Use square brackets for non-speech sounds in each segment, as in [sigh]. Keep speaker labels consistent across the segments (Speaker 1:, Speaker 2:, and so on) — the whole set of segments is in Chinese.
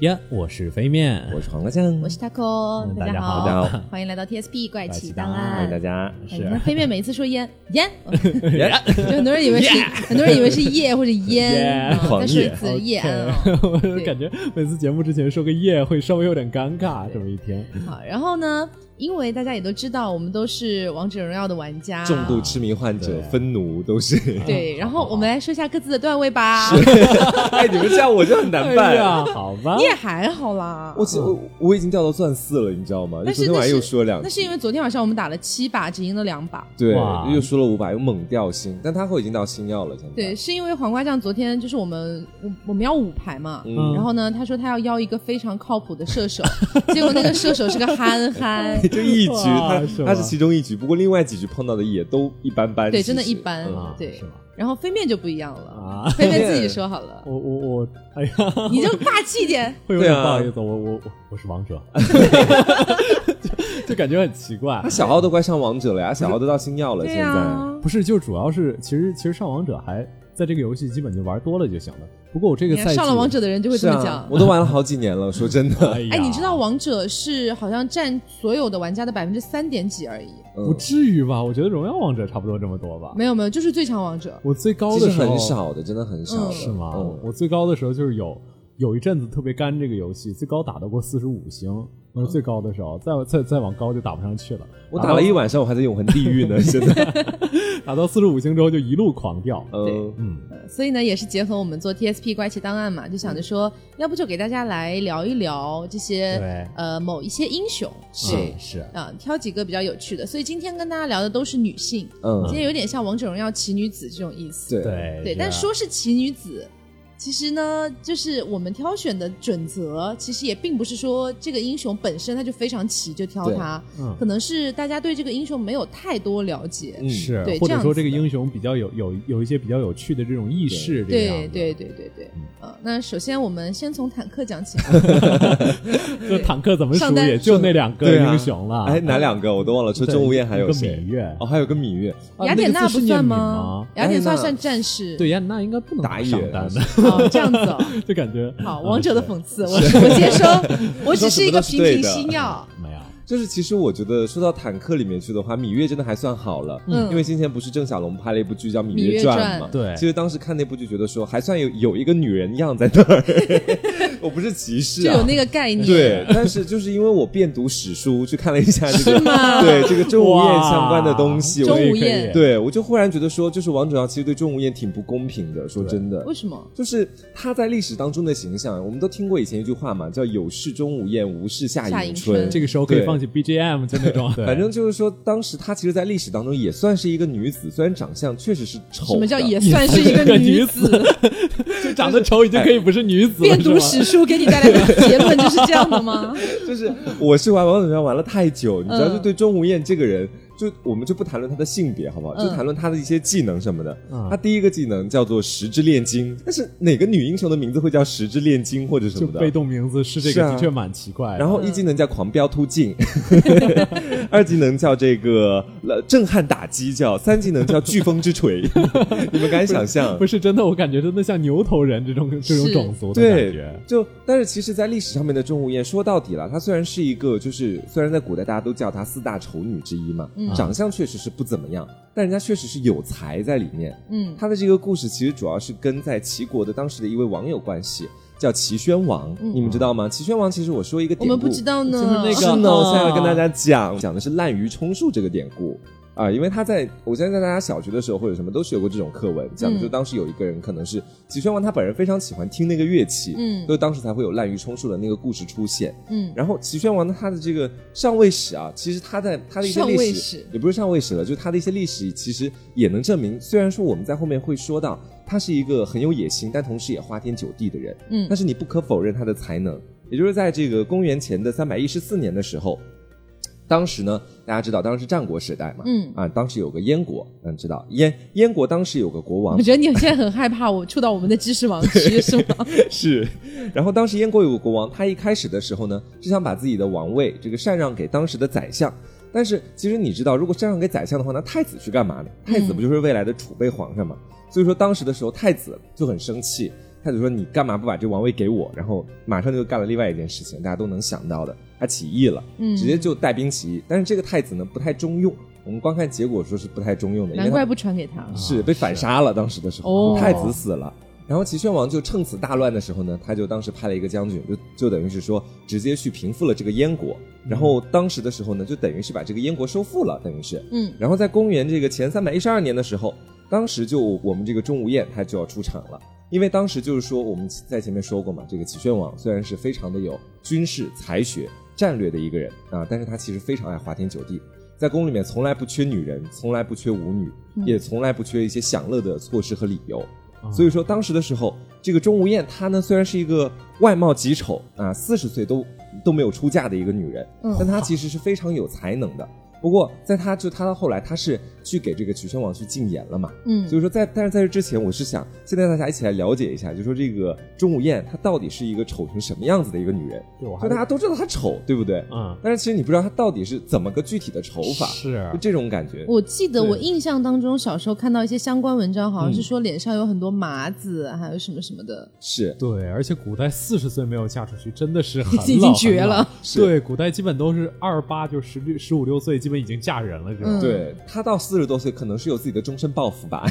Speaker 1: 呀，我是飞面，
Speaker 2: 我是黄瓜酱，
Speaker 3: 我是 Taco，、
Speaker 1: 嗯
Speaker 3: 大
Speaker 1: 大家好
Speaker 3: 好，
Speaker 2: 大家好
Speaker 3: 欢迎来到 TSP 怪奇档
Speaker 2: 欢迎
Speaker 3: 案。
Speaker 2: 大家。
Speaker 3: 哎
Speaker 1: 是
Speaker 3: 你看飞面每次说烟烟，
Speaker 2: [laughs] 耶
Speaker 3: 有很多人以为是很多人以为是夜或者烟，
Speaker 1: Yeah
Speaker 3: 啊但是
Speaker 2: 黄
Speaker 3: 子夜安
Speaker 1: OK
Speaker 3: 哦。
Speaker 1: 我就
Speaker 3: 对
Speaker 1: 感觉每次节目之前说个夜会稍微有点尴尬，这么一天。
Speaker 3: 好，然后呢，因为大家也都知道，我们都是王者荣耀的玩家，
Speaker 2: 重度痴迷患者、
Speaker 1: 对
Speaker 2: 分奴都是。
Speaker 3: 对，然后我们来说一下各自的段位吧。
Speaker 2: [laughs] 哎，你们这样我就很难
Speaker 1: [laughs]
Speaker 2: 办
Speaker 1: 哎。呀，好吧
Speaker 3: 你，也还好啦
Speaker 2: 我，只我我已经掉到钻四了，你知道吗？
Speaker 3: 但是
Speaker 2: 昨天晚上
Speaker 3: 那是
Speaker 2: 又输了两
Speaker 3: 那
Speaker 2: 次，
Speaker 3: 是因为昨天晚上我们打了七把，只赢了两把。
Speaker 2: 对
Speaker 1: 哇，
Speaker 2: 又输了五百，又猛掉星，但他后已经到星耀了，现在。
Speaker 3: 对，，是因为黄瓜酱昨天就是我们我我们要五排嘛，
Speaker 1: 嗯
Speaker 3: 然后呢，他说他要邀一个非常靠谱的射
Speaker 1: [laughs]
Speaker 3: 手，结果那个射手是个憨憨，
Speaker 2: [laughs] 就一局，
Speaker 1: 哇
Speaker 2: 他
Speaker 1: 是吗
Speaker 2: 他是其中一局，不过另外几局碰到的也都一般般。
Speaker 3: 对，
Speaker 2: 其实
Speaker 3: 真的一。般
Speaker 1: 啊，
Speaker 3: 对
Speaker 1: 是。吗？
Speaker 3: 然后飞面就不一样了，
Speaker 1: 啊，
Speaker 3: 飞面自己说好了，
Speaker 1: 我我我，哎
Speaker 2: 啊
Speaker 1: 呀，
Speaker 3: 你就霸气一点。
Speaker 1: 会有点
Speaker 2: 对啊
Speaker 1: 不好意思，我我我我是
Speaker 3: [laughs]
Speaker 1: 王者，就就感觉很奇怪
Speaker 2: 他。小号都快上王者了呀，小号都到星耀了，
Speaker 3: 对啊
Speaker 2: 现在。
Speaker 3: 呀，
Speaker 1: 不是，就主要是其实其实上王者还在这个游戏基本就玩多了就行了。不过我这个
Speaker 3: 你
Speaker 1: 赛
Speaker 3: 看
Speaker 1: 季
Speaker 3: 上了王者的人就会
Speaker 2: 是
Speaker 3: 这么
Speaker 2: 啊
Speaker 3: 讲，。
Speaker 2: 我都玩了好几年了，说真
Speaker 1: [laughs]
Speaker 2: 的，
Speaker 1: 呀
Speaker 3: 哎，你知道王者是好像占所有的玩家的百分之三点几而已，
Speaker 2: 嗯
Speaker 1: 不至于吧？我觉得荣耀王者差不多这么多吧。
Speaker 3: 没有没有，就是最强王者。
Speaker 1: 我最高
Speaker 2: 其
Speaker 1: 的
Speaker 2: 实
Speaker 1: 时候
Speaker 2: 很少的，真的很少的。
Speaker 3: 嗯
Speaker 1: 是吗？
Speaker 2: 嗯
Speaker 1: 我最高的时候就是有有一阵子特别干这个游戏，最高打到过四十五星，那是最高的时候。再再再往高就打不上去了。
Speaker 2: 我打了一晚上，我还在永恒地狱呢，真的。
Speaker 1: 打到四十五星之后就一路狂掉。
Speaker 2: 嗯，
Speaker 1: 嗯，
Speaker 3: 所以呢，也是结合我们做 TSP 怪奇档案嘛，就想着说，要不就给大家来聊一聊这些
Speaker 1: 对
Speaker 3: 呃某一些英雄，
Speaker 1: 是是，
Speaker 3: 啊，挑几个比较有趣的。所以今天跟大家聊的都是女性，
Speaker 2: 嗯
Speaker 3: 今天有点像王者荣耀奇女子这种意思。
Speaker 2: 对
Speaker 1: 对啊
Speaker 3: 对，但说是奇女子，其实呢，就是我们挑选的准则，其实也并不是说这个英雄本身他就非常奇就挑
Speaker 2: 对
Speaker 3: 他，
Speaker 1: 嗯
Speaker 3: 可能是大家对这个英雄没有太多了解。
Speaker 2: 嗯
Speaker 1: 是
Speaker 3: 对，
Speaker 1: 或
Speaker 3: 这
Speaker 1: 者
Speaker 3: 样
Speaker 1: 说
Speaker 3: 子
Speaker 1: 这个
Speaker 3: 的
Speaker 1: 英雄比较有有有一些比较有趣的这种意识，这个样
Speaker 3: 对
Speaker 1: 子
Speaker 3: 对对对对，
Speaker 1: 嗯
Speaker 3: 啊，那首先我们先从坦克讲
Speaker 1: [laughs]
Speaker 3: 起吧。
Speaker 1: 就坦克怎么
Speaker 3: 上
Speaker 1: 数
Speaker 3: 单
Speaker 1: 也就那两个
Speaker 2: 对啊
Speaker 1: 英雄了。
Speaker 2: 哎，哪两个我都忘了。
Speaker 1: 对
Speaker 2: 除钟无艳还有
Speaker 1: 一个芈
Speaker 2: 谁？
Speaker 1: 月
Speaker 2: 哦，还有个芈月，
Speaker 1: 啊
Speaker 3: 雅
Speaker 1: 那
Speaker 3: 典
Speaker 1: 个
Speaker 3: 娜
Speaker 1: 字
Speaker 3: 不
Speaker 1: 是
Speaker 3: 算
Speaker 1: 念
Speaker 3: 吗
Speaker 1: 敏？
Speaker 3: 雅典娜
Speaker 2: 雅典娜
Speaker 3: 算战士，
Speaker 1: 对，雅典娜应该不能
Speaker 2: 打野
Speaker 1: 上单的，
Speaker 3: 哦，这样子哦。
Speaker 1: [laughs] 就感觉
Speaker 2: 嗯
Speaker 3: 好，
Speaker 1: 啊
Speaker 3: 王者的
Speaker 1: 是
Speaker 3: 讽刺，我我接
Speaker 2: [laughs]
Speaker 3: 受，我只是一个
Speaker 2: 说什么都是
Speaker 3: 平平
Speaker 2: 对的
Speaker 3: 心药。
Speaker 1: 没有。
Speaker 2: 就是其实我觉得说到坦克里面去的话，芈月真的还算好了，
Speaker 3: 嗯
Speaker 2: 因为之前不是郑晓龙拍了一部剧叫《芈
Speaker 3: 芈月
Speaker 2: 传》
Speaker 3: 传
Speaker 2: 嘛，
Speaker 1: 对
Speaker 2: 其实当时看那部剧觉得说还算有有一个女人样在那儿，我不是歧视
Speaker 3: 就
Speaker 2: 啊
Speaker 3: 有。那个概念。
Speaker 2: 对，但是就是因为我遍读史书去看了一下这
Speaker 3: 是
Speaker 2: 个，
Speaker 3: 吗
Speaker 2: 对这个钟无艳
Speaker 1: 哇
Speaker 2: 相关的东西，
Speaker 3: 钟
Speaker 2: 我
Speaker 3: 无
Speaker 2: 也
Speaker 3: 艳
Speaker 1: 可以
Speaker 2: 对我就忽然觉得说，就是王者荣耀其实对钟无艳挺不公平的，说真的
Speaker 3: 为，什么？
Speaker 2: 就是他在历史当中的形象，我们都听过以前一句话嘛，叫“有事钟无艳，无事夏
Speaker 3: 夏
Speaker 2: 迎
Speaker 3: 迎
Speaker 2: 春
Speaker 3: 春”，
Speaker 1: 这个时候可以
Speaker 2: 对
Speaker 1: 放起 BGM，就那种，
Speaker 2: 反正就是说，当时她其实，在历史当中也算是一个女子，虽然长相确实是丑的。
Speaker 3: 什么叫也算是一个女 [laughs] 子？
Speaker 1: [laughs] 就长得丑已经可以不是女子了，
Speaker 3: 遍读
Speaker 1: 是吗
Speaker 3: 史书给你带来的结论就是这样
Speaker 2: [laughs]
Speaker 3: 的吗？
Speaker 2: 就是我是玩王者荣耀玩了太久，你知道，
Speaker 3: 嗯
Speaker 2: 就对钟无艳这个人，就我们就不谈论她的性别，好不好？
Speaker 3: 嗯
Speaker 2: 就谈论她的一些技能什么的。
Speaker 1: 嗯
Speaker 2: 她第一个技能叫做十之炼金，但是哪个女英雄的名字会叫十之炼金或者什
Speaker 1: 就
Speaker 2: 么
Speaker 1: 被
Speaker 2: 的？
Speaker 1: 动名字是这
Speaker 2: 是
Speaker 1: 个，
Speaker 2: 啊
Speaker 1: 的确蛮奇怪的。
Speaker 2: 然后一技能叫狂飙突进，
Speaker 1: 嗯
Speaker 2: [laughs] 二技能叫这个呃震撼打击叫，三技能叫飓风之锤， [laughs] 你们敢想象？
Speaker 1: 不是真的，我感觉真的像牛头人这种这种
Speaker 3: 是
Speaker 1: 种族的感
Speaker 2: 对
Speaker 1: 觉，，
Speaker 2: 就但是其实，在历史上面的钟无艳，说到底了，她虽然是一个，就是虽然在古代大家都叫她四大丑女之一嘛，
Speaker 3: 嗯
Speaker 2: 长相确实是不怎么样，但人家确实是有才在里面。
Speaker 3: 嗯
Speaker 2: 她的这个故事其实主要是跟在齐国的当时的一位王有关系，叫齐宣王，
Speaker 3: 嗯哦
Speaker 2: 你们知道吗？齐宣王其实我说一个典
Speaker 3: 我
Speaker 2: 故，
Speaker 3: 们不知道呢。
Speaker 1: 就是那
Speaker 2: 是
Speaker 1: 个
Speaker 2: 呢，
Speaker 1: 啊
Speaker 2: 我现在要跟大家讲，讲的是滥竽充数这个典故啊、因为他在我相信在大家小学的时候或者什么都学过这种课文，
Speaker 3: 嗯
Speaker 2: 讲的就当时有一个人可能是齐宣王，他本人非常喜欢听那个乐器，
Speaker 3: 嗯
Speaker 2: 所以当时才会有滥竽充数的那个故事出现。
Speaker 3: 嗯，
Speaker 2: 然后齐宣王呢，他的这个上位史啊，其实他在他的一些历
Speaker 3: 上位
Speaker 2: 史
Speaker 3: 史
Speaker 2: 也不是上位史了，就是他的一些历史，其实也能证明，虽然说我们在后面会说到他是一个很有野心，但同时也花天酒地的人，
Speaker 3: 嗯
Speaker 2: 但是你不可否认他的才能，也就是在这个公元前的三百一十四年的时候。当时呢，大家知道，当时是战国时代嘛，
Speaker 3: 嗯
Speaker 2: 啊，当时有个燕国，嗯，知道燕燕国当时有个国王
Speaker 3: 我，觉得你现在很害怕我触到我们的知识盲区是
Speaker 2: [laughs]
Speaker 3: 吗？
Speaker 2: 是，然后当时燕国有个国王，他一开始的时候呢，是想把自己的王位这个禅让给当时的宰相。但是其实你知道，如果禅让给宰相的话，那太子去干嘛呢？太子不就是未来的储备皇上嘛？所以说当时的时候，太子就很生气，他就说你干嘛不把这王位给我？然后马上就干了另外一件事情，大家都能想到的，他起义了，
Speaker 3: 嗯
Speaker 2: 直接就带兵起义。但是这个太子呢不太中用，我们光看结果说是不太中用的，因
Speaker 3: 难
Speaker 2: 为他
Speaker 3: 怪不传给他。
Speaker 2: 是被反杀了，当时的时候，
Speaker 3: 啊哦
Speaker 2: 太子死了。然后齐宣王就趁此大乱的时候呢，他就当时派了一个将军，就就等于是说直接去平复了这个燕国。然后当时的时候呢，就等于是把这个燕国收复了，等于是。
Speaker 3: 嗯
Speaker 2: 然后在公元这个前三百一十二年的时候，当时就我们这个钟无艳她就要出场了，因为当时就是说我们在前面说过嘛，这个齐宣王虽然是非常的有军事才学、战略的一个人啊，但是他其实非常爱花天酒地，在宫里面从来不缺女人，从来不缺舞女，也从来不缺一些享乐的措施和理由。
Speaker 1: 嗯
Speaker 2: 所以说当时的时候，这个钟无艳她呢虽然是一个外貌极丑啊，四十岁都都没有出嫁的一个女人，
Speaker 3: 嗯
Speaker 2: 但她其实是非常有才能的。不过在她就她到后来，她是去给这个齐宣王去进言了嘛，
Speaker 3: 嗯
Speaker 2: 所以说在但是在这之前，我是想现在大家一起来了解一下，就说这个钟无艳她到底是一个丑成什么样子的一个女人，
Speaker 1: 对我还
Speaker 2: 就大家都知道她丑，对不对？
Speaker 1: 嗯，
Speaker 2: 但是其实你不知道她到底是怎么个具体的丑法，
Speaker 1: 是啊
Speaker 2: 就这种感觉。
Speaker 3: 我记得
Speaker 2: 对
Speaker 3: 我印象当中，小时候看到一些相关文章，好像
Speaker 2: 嗯
Speaker 3: 是说脸上有很多麻子，还有什么什么的。
Speaker 2: 是
Speaker 1: 对，而且古代四十岁没有嫁出去，真的是很
Speaker 3: 已经
Speaker 1: 老
Speaker 3: 绝
Speaker 1: 很老
Speaker 3: 了
Speaker 2: 是
Speaker 1: 对，古代基本都是二八就十六十五六岁，基本已经嫁人了，这样。
Speaker 3: 嗯
Speaker 2: 对她到四十多岁，可能是有自己的终身抱负
Speaker 3: [laughs]
Speaker 2: 吧。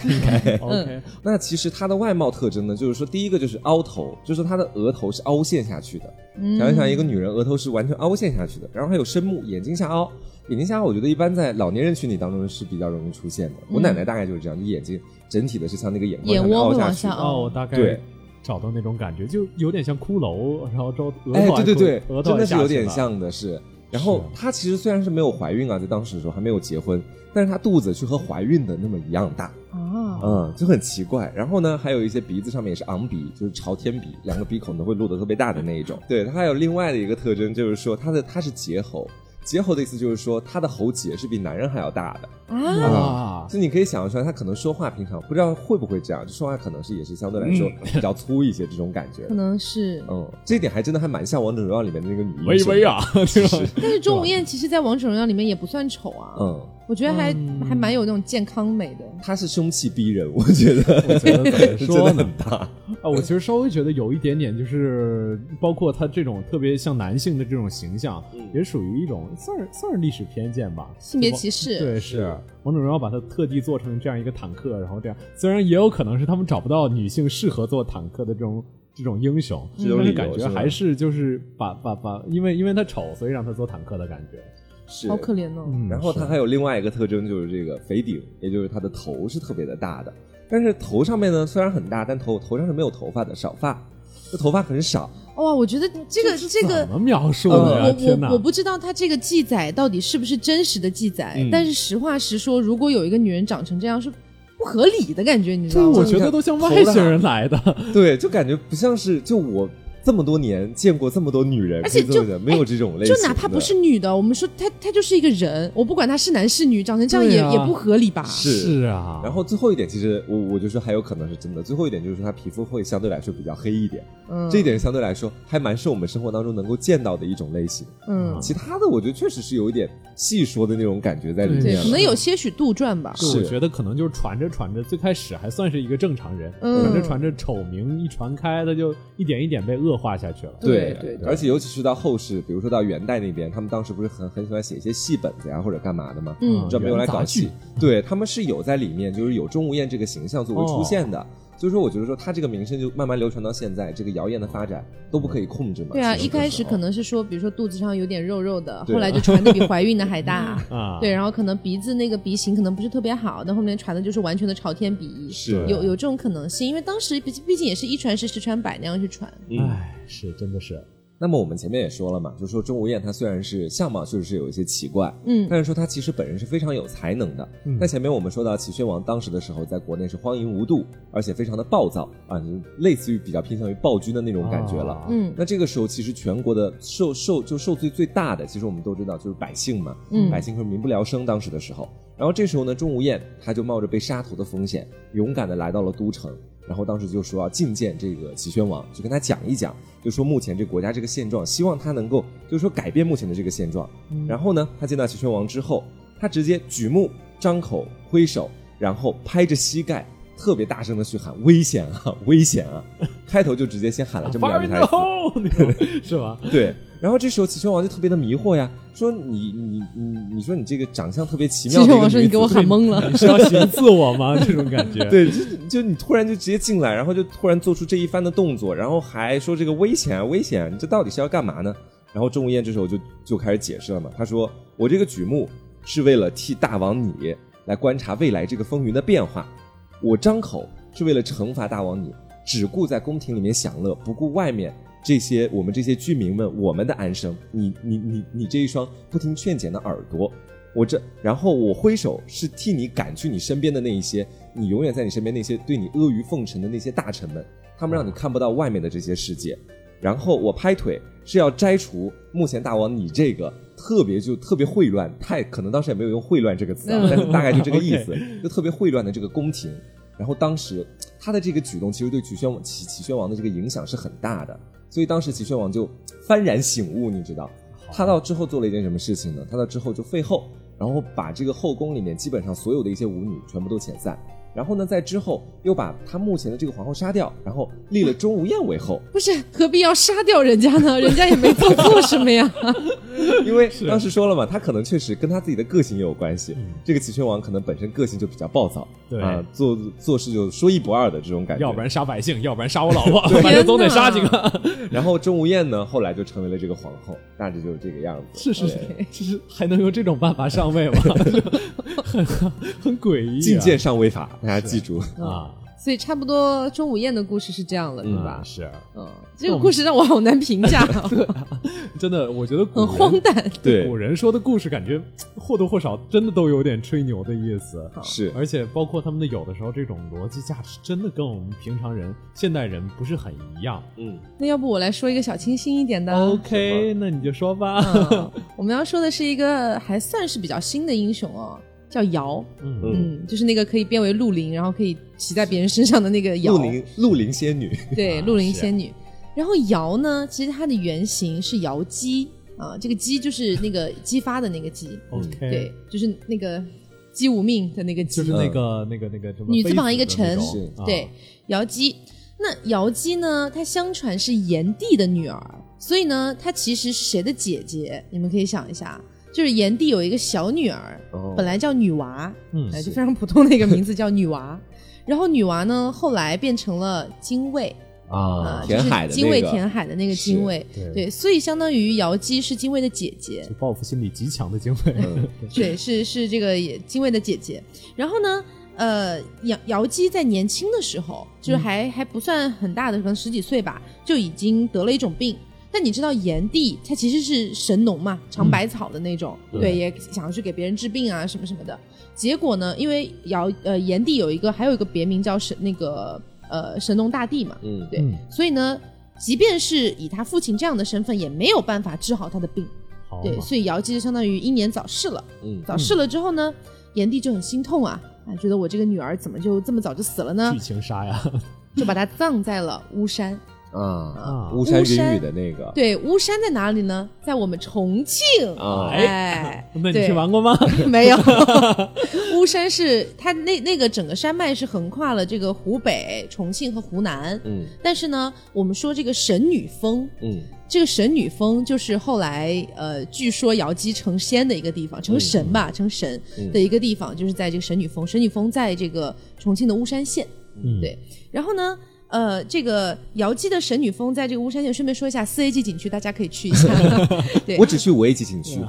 Speaker 1: OK，
Speaker 3: 嗯
Speaker 2: 那其实她的外貌特征呢，就是说第一个就是凹头，就是说她的额头是凹陷下去的。
Speaker 3: 嗯
Speaker 2: 想一想，一个女人额头是完全凹陷下去的，然后还有深目，眼睛下凹。眼睛下凹，我觉得一般在老年人群体当中是比较容易出现的。我奶奶大概就是这样，就眼睛整体的是像那个眼眶
Speaker 3: 嗯眼
Speaker 2: 上面
Speaker 3: 窝
Speaker 2: 凹
Speaker 3: 会
Speaker 2: 下
Speaker 3: 往
Speaker 2: 去
Speaker 3: 下
Speaker 2: 的。
Speaker 1: 哦，我大概
Speaker 2: 对
Speaker 1: 找到那种感觉，就有点像骷髅，然后之后额
Speaker 2: 哎，
Speaker 1: 头还
Speaker 2: 对对对
Speaker 1: 骷，额头
Speaker 2: 真
Speaker 1: 还
Speaker 2: 的是
Speaker 1: 下
Speaker 2: 有
Speaker 1: 去
Speaker 2: 点
Speaker 1: 了。
Speaker 2: 像的是。然后她其实虽然是没有怀孕啊，在当时的时候还没有结婚，但是她肚子却和怀孕的那么一样大。
Speaker 3: 啊，
Speaker 2: 嗯，就很奇怪。然后呢，还有一些鼻子上面也是昂鼻，就是朝天鼻，两个鼻孔都会露得特别大的那一种。对，它还有另外的一个特征，就是说它的它是结喉，结喉的意思就是说它的喉结是比男人还要大的。
Speaker 3: 啊，
Speaker 1: 哇，
Speaker 2: 所以你可以想象出来，他可能说话平常不知道会不会这样，就说话可能是也是相对来说比较粗一些这种感觉
Speaker 3: 可。能是。
Speaker 2: 嗯，这一点还真的还蛮像《王者荣耀》里面的那个女英
Speaker 1: 微
Speaker 2: 雄
Speaker 1: 微。啊，这种
Speaker 3: 但是钟无艳其实，在《王者荣耀》里面也不算丑啊，
Speaker 2: 嗯，
Speaker 3: 我觉得还
Speaker 1: 嗯
Speaker 3: 还蛮有那种健康美的。
Speaker 2: 她是凶气逼人，我觉得。
Speaker 1: 我觉得怎么
Speaker 2: [laughs] 真
Speaker 1: 说
Speaker 2: 的
Speaker 1: 呢
Speaker 2: 很？大，
Speaker 1: 啊，我其实稍微觉得有一点点，就是包括他这种特别像男性的这种形象，
Speaker 2: 嗯
Speaker 1: 也属于一种算是算是历史偏见吧，
Speaker 3: 性别歧视
Speaker 1: 对，是王者荣耀把它特地做成这样一个坦克，然后这样，虽然也有可能是他们找不到女性适合做坦克的这种这种英雄，
Speaker 2: 这种
Speaker 1: 但是
Speaker 2: 理由
Speaker 1: 感觉
Speaker 2: 吧
Speaker 1: 还是就是把把把，因为因为他丑，所以让他做坦克的感觉。
Speaker 2: 是
Speaker 3: 好可怜哦。
Speaker 1: 嗯，
Speaker 2: 然后它还有另外一个特征就是这个肥顶，也就是它的头是特别的大的，但是头上面呢虽然很大，但头头上是没有头发的，少发，这头发很少。
Speaker 3: 哇，我觉得这个这个呃
Speaker 1: 怎么描述
Speaker 3: 我
Speaker 1: 的呀？天
Speaker 3: 我
Speaker 1: 哪！
Speaker 3: 我我不知道他这个记载到底是不是真实的记载，
Speaker 2: 嗯
Speaker 3: 但是实话实说，如果有一个女人长成这样是不合理的感觉，你知道
Speaker 1: 对，
Speaker 3: 吗？
Speaker 1: 我觉得都像外星人来的。
Speaker 2: 对，就感觉不像是就我这么多年见过这么多女人，
Speaker 3: 而且
Speaker 2: 可以这么
Speaker 3: 就哎
Speaker 2: 讲没有这种类型
Speaker 3: 就
Speaker 2: 的，
Speaker 3: 哪怕不是女的，我们说她她就是一个人，我不管她是男是女，长成这样
Speaker 1: 对
Speaker 3: 也、
Speaker 1: 啊
Speaker 3: 也不合理吧？
Speaker 2: 是。
Speaker 1: 啊，
Speaker 2: 然后最后一点，其实我我就说还有可能是真的。最后一点就是说，她皮肤会相对来说比较黑一点，
Speaker 3: 嗯，
Speaker 2: 这一点相对来说还蛮是我们生活当中能够见到的一种类型。
Speaker 3: 嗯，
Speaker 2: 其他的，我觉得确实是有一点细说的那种感觉在里面
Speaker 3: 对，
Speaker 2: 了。
Speaker 3: 可能有些许杜撰吧。
Speaker 1: 对，
Speaker 2: 是
Speaker 1: 我觉得可能就是传着传着，最开始还算是一个正常人，
Speaker 3: 嗯
Speaker 1: 传着传着丑名一传开，他就一点一点被恶化下去了。
Speaker 2: 对
Speaker 3: 对对
Speaker 2: 而且尤其是到后世，比如说到元代那边，他们当时不是很很喜欢写一些戏本子呀、或者干嘛的吗？
Speaker 3: 嗯
Speaker 2: 专门用来搞
Speaker 1: 哦元
Speaker 2: 戏。对，他们是有在里面，就是有钟无艳这个形象作为出现的。所以说，我觉得说他这个名声就慢慢流传到现在，这个谣言的发展都不可以控制嘛。
Speaker 3: 对啊，
Speaker 2: 其实
Speaker 3: 一
Speaker 2: 有的
Speaker 3: 开始
Speaker 2: 时候
Speaker 3: 可能是说，比如说肚子上有点肉肉的，
Speaker 2: 对啊
Speaker 3: 后来就传的比怀孕的还大。
Speaker 2: [laughs]
Speaker 1: 啊，
Speaker 3: 对，然后可能鼻子那个鼻型可能不是特别好，但后面传的就是完全的朝天鼻，
Speaker 2: 是
Speaker 3: 有有这种可能性，因为当时毕毕竟也是一传十，十传百那样去传，
Speaker 2: 嗯。
Speaker 1: 唉，是真的是，
Speaker 2: 那么我们前面也说了嘛，就说钟无艳她虽然是相貌确实是有一些奇怪，
Speaker 3: 嗯
Speaker 2: 但是说她其实本人是非常有才能的。
Speaker 1: 嗯
Speaker 2: 那前面我们说到齐宣王当时的时候，在国内是荒淫无度，而且非常的暴躁啊，就类似于比较偏向于暴君的那种感觉了。
Speaker 1: 啊
Speaker 3: 嗯
Speaker 2: 那这个时候，其实全国的受受就受罪最大的，其实我们都知道就是百姓嘛，
Speaker 3: 嗯
Speaker 2: 百姓是民不聊生。当时的时候，然后这时候呢，钟无艳她就冒着被杀头的风险，勇敢的来到了都城，然后当时就说要觐见这个齐宣王，就跟他讲一讲，就说目前这个国家这个现状，希望他能够就是说改变目前的这个现状。
Speaker 3: 嗯
Speaker 2: 然后呢，他见到齐宣王之后，他直接举目、张口、挥手，然后拍着膝盖，特别大声的去喊：“危险啊，危险啊！”开头就直接先喊了这么两句
Speaker 3: [laughs]
Speaker 2: 台词。
Speaker 1: ，no，那种是吧？
Speaker 2: 对，然后这时候齐宣王就特别的迷惑呀，说你你你你说你这个长相特别奇妙
Speaker 3: 其
Speaker 2: 的一个
Speaker 3: 实
Speaker 2: 女子，
Speaker 3: 我说你给我喊懵了，
Speaker 1: 你是要行自我吗？这种感觉，，
Speaker 2: [laughs] 对，就就你突然就直接进来，然后就突然做出这一番的动作，然后还说这个危险啊危险啊，你这到底是要干嘛呢？然后钟无艳这时候就就开始解释了嘛，他说我这个举目是为了替大王你来观察未来这个风云的变化，我张口是为了惩罚大王你，只顾在宫廷里面享乐，不顾外面。这些我们这些居民们，我们的安生，你你你你这一双不听劝谏的耳朵，我这，然后我挥手是替你赶去你身边的那一些，你永远在你身边那些对你阿谀奉承的那些大臣们，他们让你看不到外面的这些世界。然后我拍腿是要摘除目前大王你这个特别就特别混乱，太可能当时也没有用混乱这个词啊，
Speaker 3: 嗯
Speaker 2: 但是大概就这个意思，就特别混乱的这个宫廷。然后当时他的这个举动其实对齐宣王齐齐宣王的这个影响是很大的，所以当时齐宣王就幡然醒悟，你知道，他到之后做了一件什么事情呢？他到之后就废后，然后把这个后宫里面基本上所有的一些舞女全部都遣散，然后呢，在之后又把他目前的这个皇后杀掉，然后立了钟无艳为后，
Speaker 3: [laughs] 不是何必要杀掉人家呢？人家也没做错什么呀。 [laughs]
Speaker 2: 因为当时说了嘛，他可能确实跟他自己的个性也有关系。这个齐宣王可能本身个性就比较暴躁，
Speaker 1: 嗯对
Speaker 2: 啊，做做事就说一不二的这种感觉，
Speaker 1: 要不然杀百姓，要不然杀我老婆，反正总得杀几个。
Speaker 2: 然后钟无艳呢，后来就成为了这个皇后，大致 [laughs] 就是这个样子。
Speaker 1: 是是是，就是还能用这种办法上位吗？ [laughs] 就很很诡异、啊，
Speaker 2: 觐见上位法，大家记住。
Speaker 1: 啊，
Speaker 3: 所以差不多钟无艳的故事是这样了，对
Speaker 1: 对
Speaker 3: 吧
Speaker 1: 吧？？是， [laughs] 啊
Speaker 3: 嗯，这个故
Speaker 2: 哦
Speaker 3: 事让我好难评价，啊
Speaker 2: [laughs]
Speaker 1: 真的，我觉得古
Speaker 3: 很
Speaker 1: 人
Speaker 3: 荒诞。
Speaker 2: 对
Speaker 1: 古，人说的故事，感觉或多或少真的都有点吹牛的意思。
Speaker 2: 是
Speaker 1: 而且包括他们的有的时候这种逻辑价值，真的跟我们平常人、现代人不是很一样。
Speaker 2: 嗯，
Speaker 3: 那要不我来说一个小清新一点的。啊
Speaker 1: OK，那你就说吧。 [laughs]
Speaker 3: 嗯，我们要说的是一个还算是比较新的英雄哦，叫尧。
Speaker 1: 嗯
Speaker 2: 嗯
Speaker 3: 嗯，就是那个可以变为鹿铃，然后可以骑在别人身上的那个尧。
Speaker 2: 鹿陵鹿陵仙女，
Speaker 3: 对，
Speaker 1: 啊
Speaker 3: 鹿陵
Speaker 1: 是
Speaker 3: 仙女。然后尧呢，其实它的原型是尧姬啊，这个姬就是那个激发的那个姬，
Speaker 1: ，OK，
Speaker 3: 对，，就是那个姬无命的那个姬。
Speaker 1: 就是那个那个那
Speaker 2: 嗯
Speaker 1: 个什么
Speaker 3: 女字旁
Speaker 1: 妃
Speaker 3: 一个
Speaker 1: 子的那
Speaker 3: 臣
Speaker 1: 种啊
Speaker 3: 对，瑶姬。那瑶姬呢？她相传是炎帝的女儿，所以呢，她其实是谁的姐姐？你们可以想一下，就是炎帝有一个小女儿，
Speaker 2: 哦
Speaker 3: 本来叫女娃，
Speaker 1: 嗯
Speaker 3: 哎，
Speaker 2: 是
Speaker 3: 就非常普通的一个名字叫女娃。然后女娃呢，后来变成了精卫啊，
Speaker 2: 填海
Speaker 3: 就
Speaker 2: 的
Speaker 3: 是精卫
Speaker 2: 那个，
Speaker 3: 填海的那个精卫，
Speaker 1: 是对
Speaker 3: 对，所以相当于瑶姬是精卫的姐姐
Speaker 1: 就，报复心理极强的精卫，
Speaker 2: 嗯
Speaker 3: 对，是是这个也精卫的姐姐。然后呢，呃，姚姚姬在年轻的时候，
Speaker 1: 嗯
Speaker 3: 就是还、还不算很大的，可能十几岁吧，就已经得了一种病。但你知道炎帝他其实是神农嘛，尝百草的那种，
Speaker 1: 嗯对
Speaker 3: 对，也想要去给别人治病啊什么什么的。结果呢，因为尧呃炎帝有一个还有一个别名叫神那个呃神农大帝嘛，
Speaker 2: 嗯，
Speaker 3: 对，
Speaker 1: 嗯
Speaker 3: 所以呢，即便是以他父亲这样的身份，也没有办法治好他的病。
Speaker 1: 好
Speaker 3: 对，
Speaker 1: 嘛
Speaker 3: 所以尧姬就相当于英年早逝了。
Speaker 2: 嗯，
Speaker 3: 早逝了之后呢，炎帝就很心痛啊，啊，觉得我这个女儿怎么就这么早就死了呢
Speaker 1: 剧？情杀
Speaker 3: [laughs]
Speaker 1: 呀，
Speaker 3: 就把她葬在了巫山。
Speaker 2: 啊，
Speaker 1: 啊
Speaker 2: 巫山云雨的那个，
Speaker 3: 对，巫山在哪里呢？在我们重庆。
Speaker 2: 啊
Speaker 3: 哎
Speaker 1: [laughs] ，那你
Speaker 3: 对
Speaker 1: 去
Speaker 3: [laughs]
Speaker 1: 玩过吗？
Speaker 3: 没有，巫山是它那那个整个山脉是横跨了这个湖北、重庆和湖南。
Speaker 2: 嗯
Speaker 3: 但是呢，我们说这个神女峰，
Speaker 2: 嗯，
Speaker 3: 这个神女峰就是后来呃，据说瑶姬成仙的一个地方，成神吧，成神的一个地方，就是在这个神女峰。神女峰在这个重庆的巫山县。
Speaker 1: 嗯
Speaker 3: 对然后呢，呃，这个瑶姬的神女峰在这个巫山县，顺便说一下，四 A 级景区大家可以去一下。对
Speaker 2: 我，只去五 A 级景区，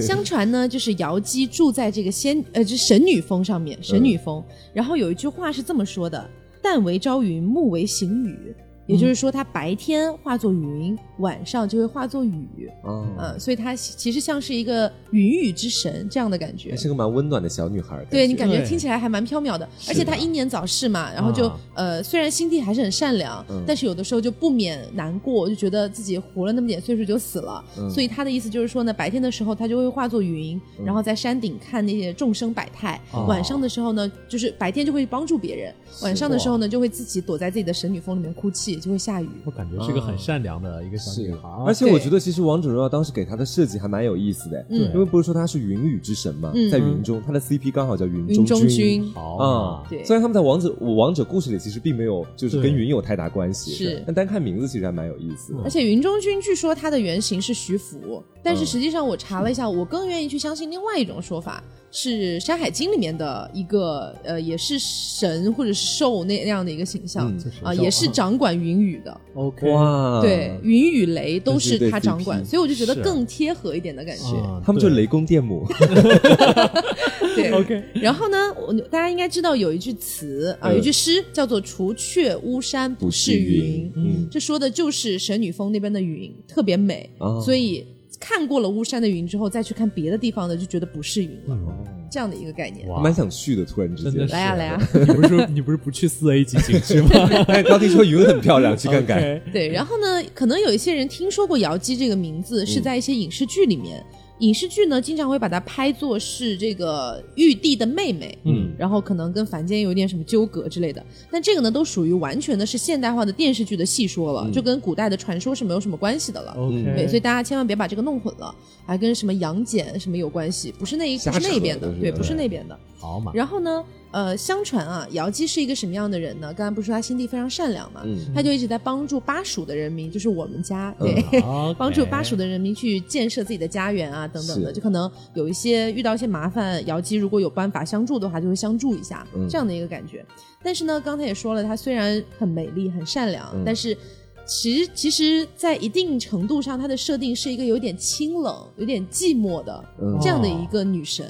Speaker 3: 相传呢，就是瑶姬住在这个仙呃，就是神女峰上面，神女峰。然后有一句话是这么说的：“但为朝云，暮为行雨。”也就是说，它白天化作云，晚上就会化作雨。
Speaker 2: 啊，
Speaker 3: 嗯，所以它其实像是一个云雨之神这样的感觉
Speaker 2: 哎还。是个蛮温暖的小女孩，
Speaker 3: 对你感觉
Speaker 1: 对
Speaker 3: 听起来还蛮缥缈的，而且他英年早逝嘛，然后就、
Speaker 1: 啊
Speaker 3: 呃，虽然心地还是很善良，
Speaker 2: 嗯
Speaker 3: 但是有的时候就不免难过，就觉得自己活了那么点岁数就死了。
Speaker 2: 嗯
Speaker 3: 所以他的意思就是说呢，白天的时候他就会化作云，然后在山顶看那些众生百态；
Speaker 1: 哦
Speaker 3: 晚上的时候呢，就是白天就会帮助别人，晚上的时候呢就会自己躲在自己的神女峰里面哭泣。季就会下雨。
Speaker 1: 我感觉是个很善良的一个小女孩，
Speaker 2: 而且我
Speaker 3: 对
Speaker 2: 觉得，其实王者荣耀当时给他的设计还蛮有意思的，
Speaker 3: 嗯
Speaker 2: 因为不是说他是云雨之神嘛，
Speaker 3: 嗯
Speaker 2: 在云中，他的 CP 刚好叫云
Speaker 3: 云中
Speaker 2: 嗯中
Speaker 3: 君
Speaker 1: 好
Speaker 2: 啊
Speaker 1: 啊，，
Speaker 3: 对
Speaker 2: 虽然他们在王者王者故事里其实并没有就是跟
Speaker 1: 对
Speaker 2: 云有太大关系，
Speaker 3: 是
Speaker 2: 但单看名字其实还蛮有意思的
Speaker 3: 而。且云中君据说他的原型是徐福，但是实际上我查了一下，我更愿意去相信另外一种说法，是《山海经》里面的一个呃，也是神或者是兽那那样的一个形象
Speaker 2: 嗯
Speaker 1: 这是
Speaker 3: 啊、
Speaker 1: 叫
Speaker 3: 也是掌管云雨的。
Speaker 1: OK
Speaker 2: 哇，
Speaker 3: 嗯对，，云雨雷都
Speaker 2: 这是一对
Speaker 3: 是他掌管，
Speaker 2: CP
Speaker 3: 所以我就觉得
Speaker 1: 是
Speaker 3: 更贴合一点的感觉。
Speaker 1: 啊
Speaker 2: 他们就
Speaker 1: 对
Speaker 2: 雷公电
Speaker 3: [laughs]
Speaker 2: 母，
Speaker 3: 对
Speaker 1: OK
Speaker 3: 然后呢，我大家应该知道有一句词啊，
Speaker 2: 嗯
Speaker 3: 有一句诗叫做“除却巫山不是云”，
Speaker 2: 嗯，
Speaker 3: 这说的就是神女峰那边的云特别美，
Speaker 2: 哦
Speaker 3: 所以看过了巫山的云之后，再去看别的地方的，就觉得不是云了，
Speaker 1: 嗯
Speaker 3: 这样的一个概念。
Speaker 1: 哇
Speaker 2: 蛮想去的，突然之
Speaker 1: 真
Speaker 2: 间
Speaker 1: 的是。啊
Speaker 3: 来呀来呀，
Speaker 1: [laughs] 你不是说你不是不去四 A 级景
Speaker 2: [laughs]
Speaker 1: 区吗？
Speaker 2: 哎，高听说云很漂亮，去看 [laughs] 嗯看。
Speaker 1: OK
Speaker 3: 对，然后呢，可能有一些人听说过瑶姬这个名字，
Speaker 1: 嗯
Speaker 3: 是在一些影视剧里面，影视剧呢经常会把它拍作是这个玉帝的妹妹。
Speaker 2: 嗯，
Speaker 3: 然后可能跟凡间有点什么纠葛之类的，但这个呢，都属于完全的是现代化的电视剧的戏说
Speaker 1: 嗯
Speaker 3: 了，就跟古代的传说是没有什么关系的了。
Speaker 2: 嗯
Speaker 1: OK，
Speaker 3: 对，所以大家千万别把这个弄混了，还跟什么杨戬什么有关系，不是那一不
Speaker 2: 瞎
Speaker 3: 是那
Speaker 2: 扯
Speaker 3: 一边的
Speaker 2: 都，是
Speaker 3: 对，不是
Speaker 2: 对
Speaker 3: 那边的。
Speaker 1: 好嘛，
Speaker 3: 然后呢，呃，相传啊，瑶姬是一个什么样的人呢？刚才不是说她心地非常善良嘛，
Speaker 2: 嗯
Speaker 3: 她就一直在帮助巴蜀的人民，就是我们家，
Speaker 2: 嗯
Speaker 3: 对。
Speaker 1: OK
Speaker 3: [laughs] 帮助巴蜀的人民去建设自己的家园啊，等等的，
Speaker 2: 是
Speaker 3: 就可能有一些遇到一些麻烦，瑶姬如果有办法相助的话，就会相助一下，
Speaker 2: 嗯
Speaker 3: 这样的一个感觉。但是呢，刚才也说了，她虽然很美丽、很善良，
Speaker 2: 嗯
Speaker 3: 但是其实其实，在一定程度上，她的设定是一个有点清冷、有点寂寞的、
Speaker 2: 嗯
Speaker 3: 这样的一个女神。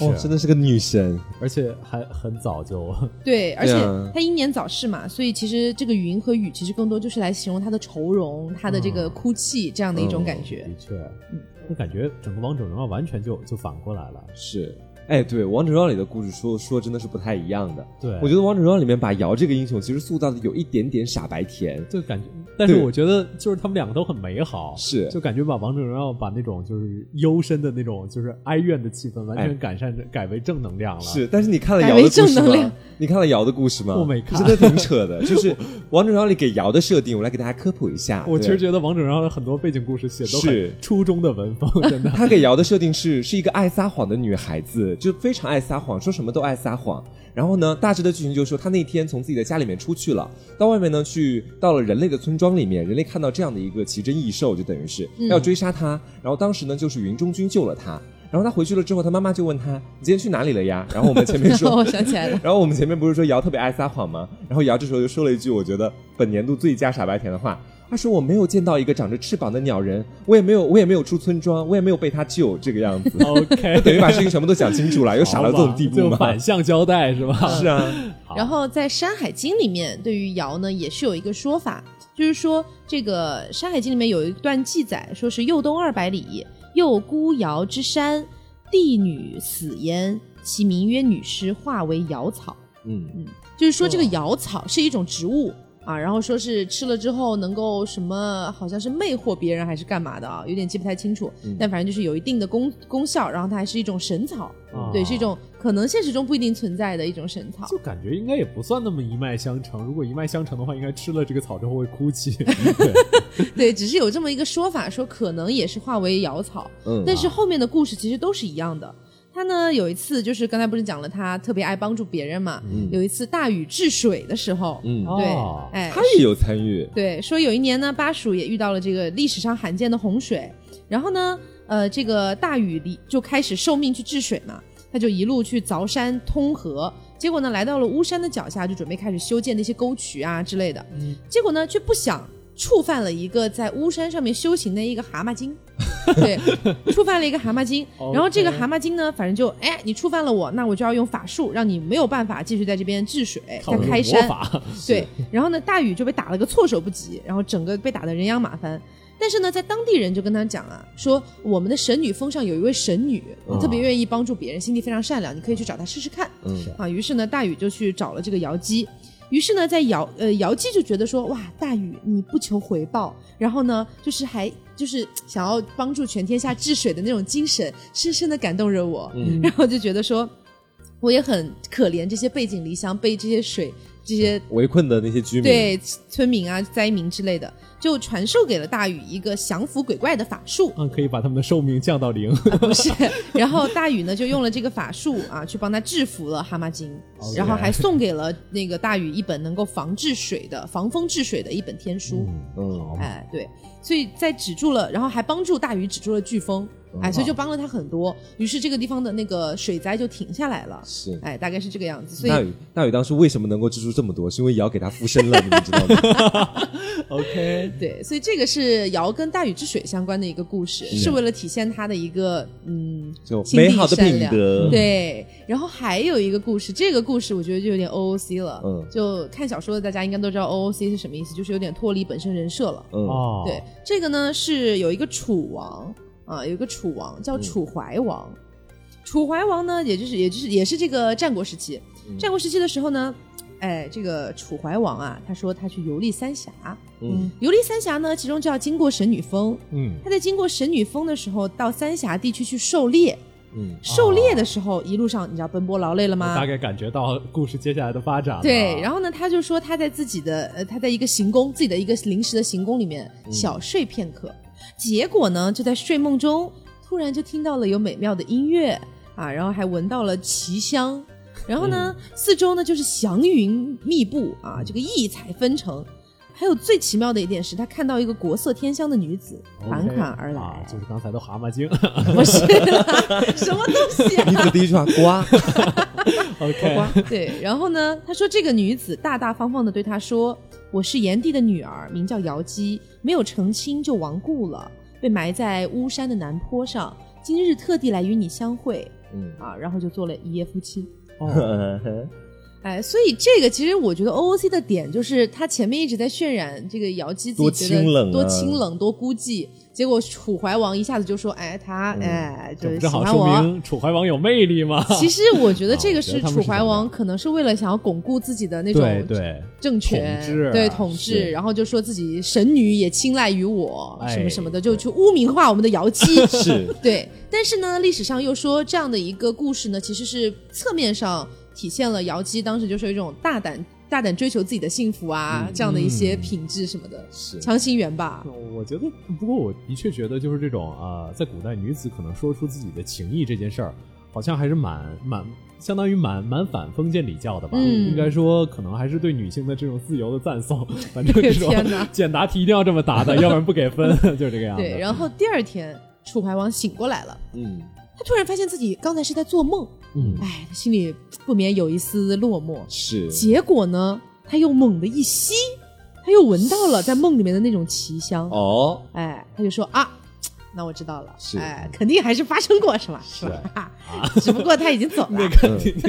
Speaker 2: 哦，真的是个女神，
Speaker 1: 而且还很早就
Speaker 3: 对，而且
Speaker 2: 对啊
Speaker 3: 她英年早逝嘛，所以其实这个云和雨其实更多就是来形容她的愁容、她的这
Speaker 2: 哦
Speaker 3: 个哭泣这样的一种感觉。
Speaker 1: 的确，
Speaker 3: 嗯
Speaker 1: 我感觉整个王者荣耀完全就就反过来了。
Speaker 2: 是。哎，对，《王者荣耀》里的故事说说真的是不太一样的。
Speaker 1: 对，
Speaker 2: 我觉得《王者荣耀》里面把瑶这个英雄其实塑造的有一点点傻白甜，
Speaker 1: 就感觉，但是
Speaker 2: 对
Speaker 1: 我觉得就是他们两个都很美好，
Speaker 2: 是
Speaker 1: 就感觉把王者荣耀把那种就是幽深的那种就是哀怨的气氛完
Speaker 2: 哎
Speaker 1: 全改善成改为正能量了。
Speaker 2: 是，但是你看了
Speaker 3: 改
Speaker 2: 瑶的
Speaker 3: 为
Speaker 2: 故
Speaker 3: 正
Speaker 2: 事
Speaker 3: 能量
Speaker 2: 吗？你看了瑶的故事吗？
Speaker 1: 我没看
Speaker 2: 真的挺扯的。就
Speaker 1: [laughs]
Speaker 2: 是《王者荣耀》里给瑶的设定，我来给大家科普一下。
Speaker 1: 我
Speaker 2: 对
Speaker 1: 其实觉得王者荣耀的很多背景故事写都
Speaker 2: 是
Speaker 1: 很初中的文风，真
Speaker 2: [laughs]
Speaker 1: 的。，
Speaker 2: 他给瑶的设定是是一个爱撒谎的女孩子，就非常爱撒谎，说什么都爱撒谎。然后呢，大致的剧情就是说，她那天从自己的家里面出去了，到外面呢去到了人类的村庄里面，人类看到这样的一个奇珍异兽，就等于是要追杀她。然后当时呢，就是云中君救了她。然后她回去了之后，她妈妈就问她：“你今天去哪里了呀？”然后我们前面说，
Speaker 3: [laughs] 我想起来了，
Speaker 2: 然后我们前面不是说瑶特别爱撒谎吗？然后瑶这时候就说了一句我觉得本年度最佳傻白甜的话，她说我没有见到一个长着翅膀的鸟人，我也没有我也没有出村庄，我也没有被他救这个样子
Speaker 1: OK，
Speaker 2: 等于把事情全部都讲清楚了，又傻到这种地步
Speaker 1: 就
Speaker 2: 吗
Speaker 1: 反？向交代是吧？
Speaker 3: [laughs]
Speaker 2: 是啊，
Speaker 1: 好
Speaker 3: 然后在《山海经》里面，对于尧呢，也是有一个说法，就是说这个《山海经》里面有一段记载，说是右东二百里，右孤尧之山，帝女死焉，其名曰女尸，化为瑶草。
Speaker 2: 嗯，
Speaker 3: 就是说这个瑶草是一种植物啊，然后说是吃了之后能够什么，好像是魅惑别人还是干嘛的啊，有点记不太清楚，但反正就是有一定的功功效，然后它还是一种神草，
Speaker 1: 哦
Speaker 3: 对，是一种可能现实中不一定存在的一种神草。
Speaker 1: 就感觉应该也不算那么一脉相承。如果一脉相承的话，应该吃了这个草之后会哭泣。
Speaker 3: [laughs]
Speaker 1: 对
Speaker 3: 对，只是有这么一个说法，说可能也是化为瑶草，
Speaker 2: 嗯
Speaker 3: 但是后面的故事其实都是一样的。他呢有一次就是刚才不是讲了他特别爱帮助别人嘛，有一次大禹治水的时候，
Speaker 2: 嗯
Speaker 3: 对，
Speaker 1: 哦
Speaker 3: 哎，
Speaker 2: 他也有参与，
Speaker 3: 对，说有一年呢，巴蜀也遇到了这个历史上罕见的洪水，然后呢，呃，这个大禹离就开始受命去治水嘛，他就一路去凿山通河，结果呢，来到了巫山的脚下，就准备开始修建那些沟渠啊之类的，
Speaker 1: 嗯
Speaker 3: 结果呢，却不想。触犯了一个在巫山上面修行的一个蛤蟆精，对，触犯了一个蛤蟆精，然后这个
Speaker 1: [laughs] OK
Speaker 3: 蛤蟆精呢，反正就哎，你触犯了我，那我就要用法术让你没有办法继续在这边治水，
Speaker 1: 靠
Speaker 3: 在
Speaker 1: 着
Speaker 3: 开
Speaker 1: 魔
Speaker 3: 山，
Speaker 1: 法，
Speaker 3: 对，然后呢，大禹就被打了个措手不及，然后整个被打得人仰马翻。但是呢，在当地人就跟他讲啊，说我们的神女峰上有一位神女，
Speaker 2: 哦
Speaker 3: 特别愿意帮助别人，心地非常善良，你可以去找她试试看。
Speaker 2: 嗯
Speaker 3: 啊，于是呢，大禹就去找了这个瑶姬。于是呢，在瑶呃瑶姬就觉得说，哇，大禹你不求回报，然后呢，就是还就是想要帮助全天下治水的那种精神，深深的感动着我。
Speaker 2: 嗯
Speaker 3: 然后就觉得说，我也很可怜这些背井离乡被这些水这些
Speaker 2: 围困的那些居民，
Speaker 3: 对村民啊、灾民之类的，就传授给了大禹一个降服鬼怪的法术。
Speaker 1: 嗯，可以把他们的寿命降到
Speaker 3: [laughs]
Speaker 1: 零。
Speaker 3: 不是，然后大禹呢就用了这个法术啊，去帮他制服了蛤蟆精
Speaker 1: OK
Speaker 3: 然后还送给了那个大禹一本能够防治水的、防风治水的一本天书。
Speaker 2: 嗯，
Speaker 3: 哎，对，所以在止住了，然后还帮助大禹止住了飓风，哎，所以就帮了他很多。于是这个地方的那个水灾就停下来了，
Speaker 2: 是。
Speaker 3: 哎，大概是这个样子。所
Speaker 2: 大
Speaker 3: 以
Speaker 2: 宇，大宇当时为什么能够支出这么多？是因为尧给他附身了，你们知道
Speaker 3: [laughs]
Speaker 2: 吗？
Speaker 1: OK，
Speaker 3: 对，所以这个是尧跟大禹治水相关的一个故事，
Speaker 2: 是
Speaker 3: 是为了体现他的一个嗯
Speaker 2: 就
Speaker 3: 心地
Speaker 2: 美好的
Speaker 3: 善
Speaker 2: 品
Speaker 3: 良
Speaker 2: 德，
Speaker 3: 对，然后还有一个故事，这个故事我觉得就有点 O O C 了。
Speaker 2: 嗯
Speaker 3: 就看小说的大家应该都知道 O O C 是什么意思，就是有点脱离本身人设了。
Speaker 2: 嗯，
Speaker 1: 哦，
Speaker 3: 对，这个呢是有一个楚王啊，有一个楚王
Speaker 2: 嗯
Speaker 3: 叫楚怀王。楚怀王呢，也就是也就是也是这个战国时期。
Speaker 2: 嗯
Speaker 3: 战国时期的时候呢，哎，这个楚怀王啊，他说他去游历三峡。
Speaker 2: 嗯，
Speaker 3: 游历三峡呢，其中就要经过神女峰。
Speaker 1: 嗯，
Speaker 3: 他在经过神女峰的时候，到三峡地区去狩猎。
Speaker 2: 嗯，
Speaker 3: 狩猎的时候，一路上你知道奔波劳累了
Speaker 1: 我
Speaker 3: 吗
Speaker 1: 嗯大？概感觉到故事接下来的发展了。
Speaker 3: 对，然后呢，他就说他在自己的呃，他在一个行宫，自己的一个临时的行宫里面
Speaker 1: 嗯
Speaker 3: 小睡片刻，结果呢，就在睡梦中突然就听到了有美妙的音乐啊，然后还闻到了奇香，然后
Speaker 1: 嗯
Speaker 3: 呢，四周呢就是祥云密布啊，这个异彩纷呈。还有最奇妙的一点是，他看到一个国色天香的女子
Speaker 1: OK，
Speaker 3: 款款而来，
Speaker 1: 啊
Speaker 3: [laughs]
Speaker 1: 就是刚才的蛤蟆精。
Speaker 3: 不是什么东西啊！
Speaker 2: 你怎么第一句话瓜？
Speaker 1: [laughs] OK，
Speaker 3: 对，然后呢，他说这个女子大大方方的对他说：“我是炎帝的女儿，名叫瑶姬，没有成亲就亡故了，被埋在巫山的南坡上。今日特地来与你相会
Speaker 2: 嗯，
Speaker 3: 啊！”然后就做了一夜夫妻。
Speaker 1: 哦，
Speaker 3: 哎，所以这个其实我觉得 O O C 的点就是，他前面一直在渲染这个瑶姬自己
Speaker 2: 多
Speaker 3: 觉得
Speaker 2: 清冷啊
Speaker 3: 多清冷、多孤寂，结果楚怀王一下子就说：“哎，他哎，
Speaker 1: 嗯这
Speaker 3: 就
Speaker 1: 不
Speaker 3: 是
Speaker 1: 正
Speaker 3: 喜
Speaker 1: 好
Speaker 3: 欢
Speaker 1: 说
Speaker 3: 我。”
Speaker 1: 明楚怀王有魅力吗？
Speaker 3: 其实我觉
Speaker 1: [laughs]
Speaker 3: 得这个
Speaker 1: 啊我觉
Speaker 3: 是
Speaker 1: 得他们
Speaker 3: 楚
Speaker 1: 是
Speaker 3: 怀
Speaker 1: 这样
Speaker 3: 王可能是为了想要巩固自己的那种
Speaker 1: 对对，
Speaker 3: 政权
Speaker 1: 统治啊
Speaker 3: 对统治，
Speaker 1: 是
Speaker 3: 然后就说自己神女也青睐于我，
Speaker 1: 哎
Speaker 3: 什么什么的，就去污名化我们的瑶
Speaker 1: [laughs]
Speaker 3: 姬。
Speaker 2: 是，
Speaker 3: 对，但是呢，历史上又说这样的一个故事呢，其实是侧面上体现了瑶姬当时就是有一种大胆、大胆追求自己的幸福啊，
Speaker 1: 嗯
Speaker 3: 这样的一些品质什么的。
Speaker 2: 是
Speaker 3: 强行圆吧，
Speaker 1: 我觉得，不过我的确觉得，就是这种啊、呃在古代女子可能说出自己的情意这件事儿，好像还是蛮蛮相当于蛮蛮反封建礼教的吧。
Speaker 3: 嗯
Speaker 1: 应该说，可能还是对女性的这种自由的赞颂。反
Speaker 3: [laughs]
Speaker 1: 正这种
Speaker 3: 天哪
Speaker 1: 简答题一定要这么答的，要不然不给分， [laughs] 就是这个样子。
Speaker 3: 对。然后第二天，楚怀王醒过来了，
Speaker 2: 嗯，
Speaker 3: 他突然发现自己刚才是在做梦，
Speaker 1: 嗯，
Speaker 3: 哎，他心里不免有一丝落寞。
Speaker 2: 是，
Speaker 3: 结果呢，他又猛地一吸，他又闻到了在梦里面的那种奇香，
Speaker 2: 哦，
Speaker 3: 哎，他就说啊，那我知道了，
Speaker 2: 是
Speaker 3: 哎，肯定还是发生过是吧？是吧？啊只不过他已经走了
Speaker 1: 那。个 [laughs] 你你你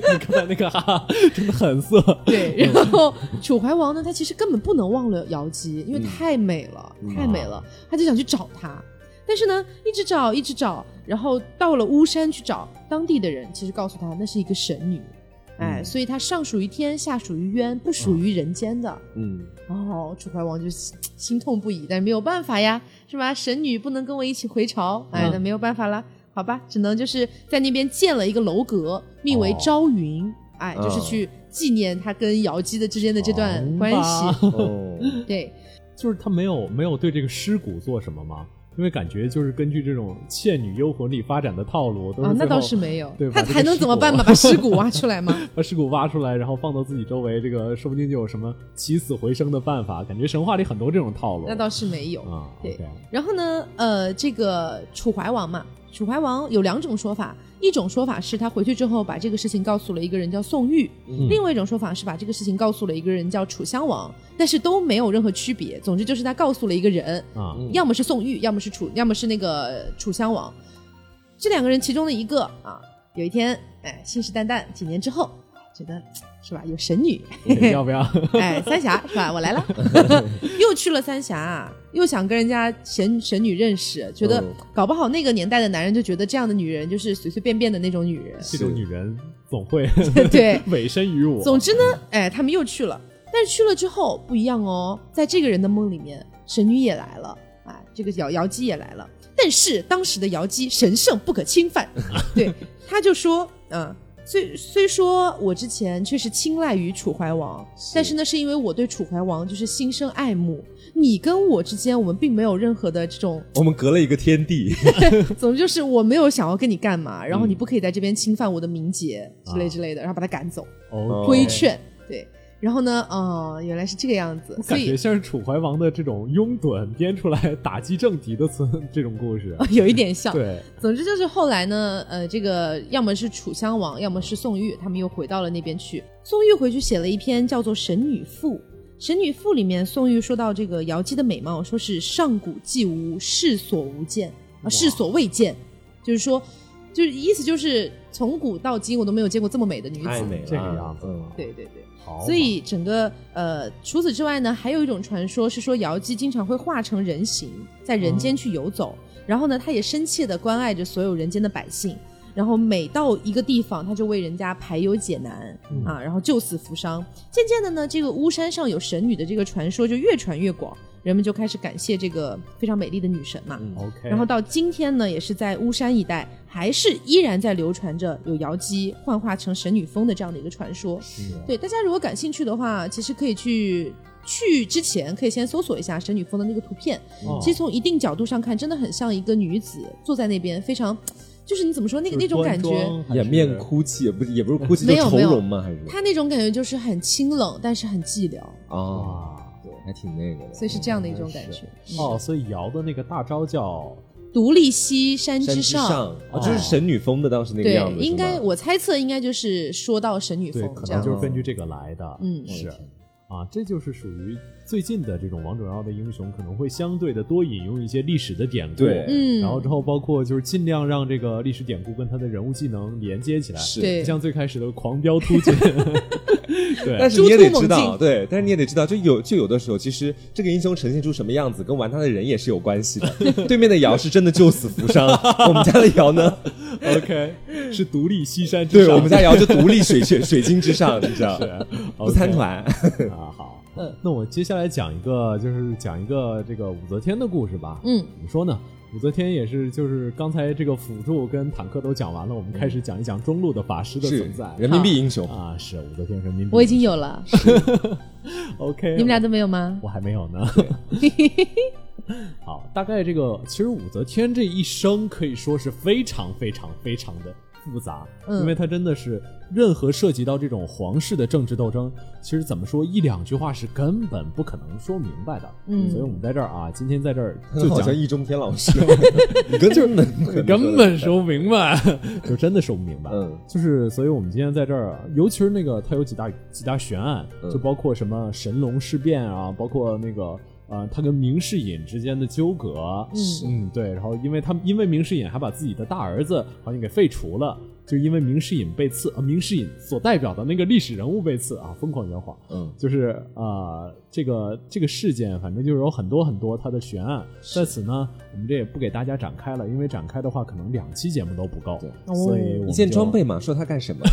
Speaker 1: 刚才那个哈哈，真的很色。 [laughs]
Speaker 3: 对，然后楚怀王呢，他其实根本不能忘了瑶姬，因为太美了，太美了，他就想去找她。但是呢，一直找，一直找，然后到了巫山去找当地的人，其实告诉他那是一个神女，哎，所以她上属于天，下属于渊，不属于人间的。
Speaker 2: 嗯，
Speaker 3: 哦，楚怀王就心心痛不已，但是没有办法呀，是吧？神女不能跟我一起回朝，
Speaker 1: 嗯
Speaker 3: 哎，那没有办法了，好吧，只能就是在那边建了一个楼阁，命为
Speaker 1: 哦
Speaker 3: 朝云，哎，
Speaker 2: 嗯
Speaker 3: 就是去纪念他跟瑶姬的之间的这段关系。
Speaker 1: 好吧
Speaker 2: 哦，
Speaker 1: [laughs]
Speaker 3: 对，
Speaker 1: 就是他没有没有对这个尸骨做什么吗？因为感觉就是根据这种《倩女幽魂》里发展的套路，都是
Speaker 3: 啊，那
Speaker 1: 最后
Speaker 3: 倒是没有
Speaker 1: 对，
Speaker 3: 他
Speaker 1: 把这个
Speaker 3: 还能
Speaker 1: 尸
Speaker 3: 怎么
Speaker 1: 骨
Speaker 3: 办嘛？把尸骨挖出来吗？
Speaker 1: [laughs] 把尸骨挖出来，然后放到自己周围，这个说不定就有什么起死回生的办法。感觉神话里很多这种套路。
Speaker 3: 那倒是没有。
Speaker 1: 啊，
Speaker 3: 对
Speaker 1: OK
Speaker 3: 然后呢，呃，这个楚怀王嘛，楚怀王有两种说法，一种说法是他回去之后把这个事情告诉了一个人叫宋玉，
Speaker 2: 嗯
Speaker 3: 另外一种说法是把这个事情告诉了一个人叫楚襄王，但是都没有任何区别。总之就是他告诉了一个人，
Speaker 1: 啊， [laughs]
Speaker 2: 嗯
Speaker 3: 要么是宋玉，要么是楚，要么是那个楚襄王，这两个人其中的一个啊，有一天哎信誓旦旦，几年之后觉得是吧有神女，
Speaker 1: 对要不要？。
Speaker 3: 哎，三峡是吧？我来了，又去了三峡，啊又想跟人家神神女认识，觉得
Speaker 2: 嗯
Speaker 3: 搞不好那个年代的男人就觉得这样的女人就是随随便便的那种女人
Speaker 1: 这种女人总会
Speaker 3: [laughs] 对，
Speaker 1: 委身于我。
Speaker 3: 总之呢，
Speaker 2: 嗯
Speaker 3: 哎，他们又去了，但是去了之后不一样哦，在这个人的梦里面，神女也来了，哎，这个瑶瑶姬也
Speaker 2: [laughs]
Speaker 3: 来了，但是当时的瑶姬神圣不可侵犯，对，他就说，嗯、虽虽说我之前确实青睐于楚怀王，
Speaker 2: 是
Speaker 3: 但是呢，是因为我对楚怀王就是心生爱慕。你跟我之间，我们并没有任何的这种，
Speaker 2: [laughs]
Speaker 3: [laughs]
Speaker 2: 我们隔了一个天地，
Speaker 3: 总之就是我没有想要跟你干嘛，然后
Speaker 2: 嗯
Speaker 3: 你不可以在这边侵犯我的名节之类
Speaker 1: 啊
Speaker 3: 之类的，然后把他赶走，
Speaker 1: 哦，
Speaker 3: 规劝。对，然后呢，哦，原来是这个样子，所
Speaker 1: 感
Speaker 3: 以
Speaker 1: 觉像是楚怀王的这种拥趸编出来打击政敌的村这种故事。
Speaker 3: 哦有一点像。
Speaker 1: 对，
Speaker 3: 总之就是后来呢，呃，这个要么是楚襄王，要么是宋玉，他们又回到了那边去。宋玉回去写了一篇叫做《神女赋》。《神女赋》里面，宋玉说到这个瑶姬的美貌，说是上古既无，世所无见啊，
Speaker 1: 哇
Speaker 3: 世所未见，就是说，就是意思就是从古到今我都没有见过这么美啊的女子。
Speaker 1: 这个样子
Speaker 2: 嗯
Speaker 3: 对对对。
Speaker 1: 好嘛，
Speaker 3: 所以整个呃，除此之外呢，还有一种传说是说瑶姬经常会化成人形，在人
Speaker 1: 嗯
Speaker 3: 间去游走。然后呢，她也深切的关爱着所有人间的百姓。然后每到一个地方，她就为人家排忧解难、
Speaker 1: 嗯
Speaker 3: 啊，然后救死扶伤。渐渐的呢，这个巫山上有神女的这个传说就越传越广，人们就开始感谢这个非常美丽的女神嘛。
Speaker 2: 嗯
Speaker 1: OK，
Speaker 3: 然后到今天呢，也是在巫山一带，还是依然在流传着有瑶姬幻化成神女峰的这样的一个传说。
Speaker 1: 是
Speaker 3: 对，大家如果感兴趣的话，其实可以去去之前可以先搜索一下神女峰的那个图片。
Speaker 1: 哦
Speaker 3: 其实从一定角度上看，真的很像一个女子坐在那边，非常就是你怎么说那个那种感觉，，
Speaker 2: 掩面。哭泣也不是也不是哭泣，
Speaker 3: 没
Speaker 2: 就
Speaker 3: 有
Speaker 2: 愁
Speaker 3: 没有
Speaker 2: 容吗？还是
Speaker 3: 她那种感觉就是很清冷，但是很寂寥，
Speaker 2: 啊，
Speaker 1: 啊，
Speaker 2: 还挺那个的，
Speaker 3: 所以是这样的一种感
Speaker 2: 嗯。
Speaker 3: 觉。
Speaker 1: 哦，所以尧的那个大招叫
Speaker 3: 独立西山
Speaker 2: 山
Speaker 3: 之
Speaker 2: 之
Speaker 3: 上，
Speaker 2: 上啊，就是神女峰的当时那个
Speaker 3: 对
Speaker 2: 样，子，
Speaker 3: 应该
Speaker 2: 是吗
Speaker 3: 我猜测应该就是说到神女
Speaker 1: 对，
Speaker 3: 峰
Speaker 1: 可
Speaker 3: 这
Speaker 1: 能
Speaker 3: 样
Speaker 1: 就
Speaker 3: 子。
Speaker 1: 是根据这个来的。
Speaker 3: 嗯
Speaker 1: 是啊，这就是属于最近的这种王者荣耀的英雄，可能会相对的多引用一些历史的典故。
Speaker 2: 对
Speaker 3: 嗯，
Speaker 1: 然后之后包括就是尽量让这个历史典故跟他的人物技能连接起来，
Speaker 2: 是
Speaker 3: 对
Speaker 1: 不像最开始的狂飙突
Speaker 3: [laughs]
Speaker 1: 进，对，
Speaker 2: 但是你也得
Speaker 3: 猪
Speaker 2: 知
Speaker 3: 突猛
Speaker 2: 道，
Speaker 3: 进
Speaker 2: 对，但是你也得知道，就有就有的时候，其实这个英雄呈现出什么样子，跟玩他的人也是有关系
Speaker 3: [laughs]
Speaker 2: 的。对面的瑶是真的救死扶伤，我们家的瑶呢，
Speaker 1: OK 是独立西山之
Speaker 2: 对
Speaker 1: 上，
Speaker 2: 我们家瑶就独立水水水晶之上，你知道，不参团。
Speaker 1: OK 啊。好，
Speaker 3: 嗯
Speaker 1: 那我接下来讲一个，就是讲一个这个武则天的故事吧。
Speaker 3: 嗯，
Speaker 1: 怎么说呢？武则天也是，就是刚才这个辅助跟坦克都讲完了，我们开始讲一讲中路的法师的
Speaker 2: 嗯是
Speaker 1: 存在。
Speaker 2: 人民币英雄，
Speaker 1: 啊，是武则天人民币，
Speaker 3: 我已经有了，
Speaker 1: OK，
Speaker 3: 你们俩都没
Speaker 2: [laughs]
Speaker 3: 有吗？
Speaker 1: 我还没有呢。 [laughs] 好，大概这个其实武则天这一生可以说是非常非常非常的复杂，
Speaker 3: 嗯
Speaker 1: 因为她真的是任何涉及到这种皇室的政治斗争，其实怎么说一两句话是根本不可能说明白的。
Speaker 3: 嗯
Speaker 1: 所以我们在这儿啊，今天在这儿
Speaker 2: 他
Speaker 1: 就
Speaker 2: 好
Speaker 1: 讲
Speaker 2: 像易中天老师， [laughs] 你根本
Speaker 1: 根 [laughs] 本说不明白，就真的说不明白。
Speaker 2: 嗯
Speaker 1: 就是，所以我们今天在这儿，啊尤其是那个，它有几大几大悬案，
Speaker 2: 嗯
Speaker 1: 就包括什么神龙事变啊，包括那个呃，他跟明世隐之间的纠葛，
Speaker 3: 是
Speaker 1: 嗯，对，然后因为他们因为明世隐还把自己的大儿子好像给废除了，就因为明世隐被刺，呃，明世隐所代表的那个历史人物被刺啊，疯狂圆谎，
Speaker 2: 嗯，
Speaker 1: 就是呃，这个这个事件，反正就是有很多很多它的悬案，在此呢，我们这也不给大家展开了，因为展开的话可能两期节目都不够，
Speaker 2: 对哦
Speaker 1: 所以我们
Speaker 2: 一件
Speaker 1: 就
Speaker 2: 装备嘛，说他干什么？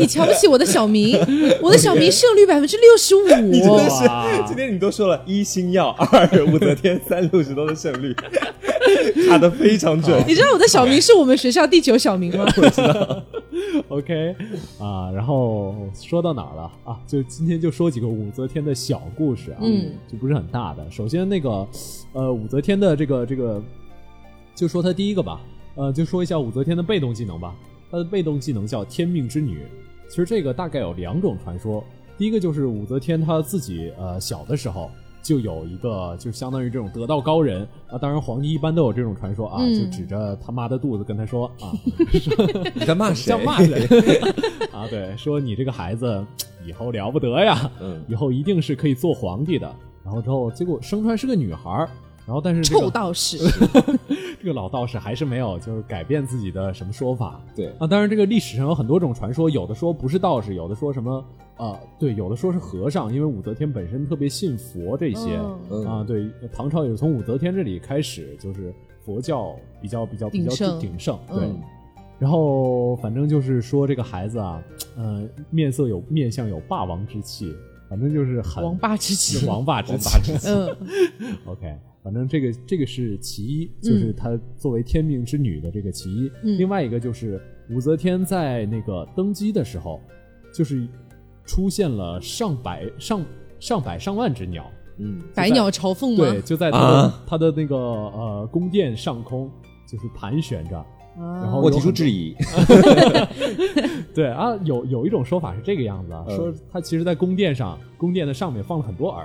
Speaker 3: 你瞧不起我的小明，我的小明胜率百分之六十五，
Speaker 2: [laughs]
Speaker 3: 哦
Speaker 2: 你真的
Speaker 1: 哇
Speaker 2: 是，今天你都说了一星耀，二武则天，三六十多的胜率，卡的非常准。
Speaker 3: [laughs] 你知道我的小名是我们学校第九小 [laughs] 名吗？ [laughs]
Speaker 1: OK 啊，然后说到哪儿了啊？就今天就说几个武则天的小故事啊，
Speaker 3: 嗯，
Speaker 1: 就不是很大的。首先那个，呃，武则天的这个这个，就说她第一个吧，呃，就说一下武则天的被动技能吧。她的被动技能叫天命之女。其实这个大概有两种传说，第一个就是武则天她自己呃小的时候。就有一个，就相当于这种得道高人啊，当然皇帝一般都有这种传说啊，
Speaker 3: 嗯
Speaker 1: 就指着他妈的肚子跟他说啊，
Speaker 2: 你在骂
Speaker 1: 像骂人啊，对，说你这个孩子以后了不得呀，
Speaker 2: [laughs] 嗯，
Speaker 1: 以后一定是可以做皇帝的。然后之后结果生出来是个女孩儿，然后但是这
Speaker 3: 臭
Speaker 1: 个
Speaker 3: 道 [laughs] 士，
Speaker 1: 这个老道士还是没有就是改变自己的什么说法
Speaker 2: 对，
Speaker 1: 啊。当然这个历史上有很多种传说，有的说不是道士，有的说什么呃对，有的说是和尚，因为武则天本身特别信佛这些。
Speaker 3: 嗯
Speaker 2: 嗯
Speaker 1: 啊，对，唐朝也是从武则天这里开始，就是佛教比较比较比
Speaker 3: 鼎
Speaker 1: 较
Speaker 3: 盛
Speaker 1: 鼎盛，对。
Speaker 3: 嗯
Speaker 1: 然后反正就是说这个孩子啊，呃，面色有面相有霸王之气，反正就是很
Speaker 3: 王霸之
Speaker 1: 是
Speaker 3: 气，
Speaker 1: [laughs] 王霸之
Speaker 2: 王
Speaker 1: 气
Speaker 2: 霸之气
Speaker 3: 嗯
Speaker 1: OK，反正这个这个是其一，就是她作为天命之女的这个其一。
Speaker 3: 嗯
Speaker 1: 另外一个就是武则天在那个登基的时候，就是出现了上百上上百上万只鸟，
Speaker 2: 嗯，
Speaker 3: 百鸟朝凤
Speaker 1: 对，
Speaker 3: 吗？
Speaker 1: 就在她的、
Speaker 2: 啊
Speaker 1: 她的那个呃宫殿上空，就是盘旋着。
Speaker 3: 然
Speaker 1: 然后
Speaker 2: 我提出质疑，
Speaker 1: 对啊，有有一种说法是这个样子，啊，
Speaker 2: 嗯
Speaker 1: 说他其实，在宫殿上，宫殿的上面放了很多饵，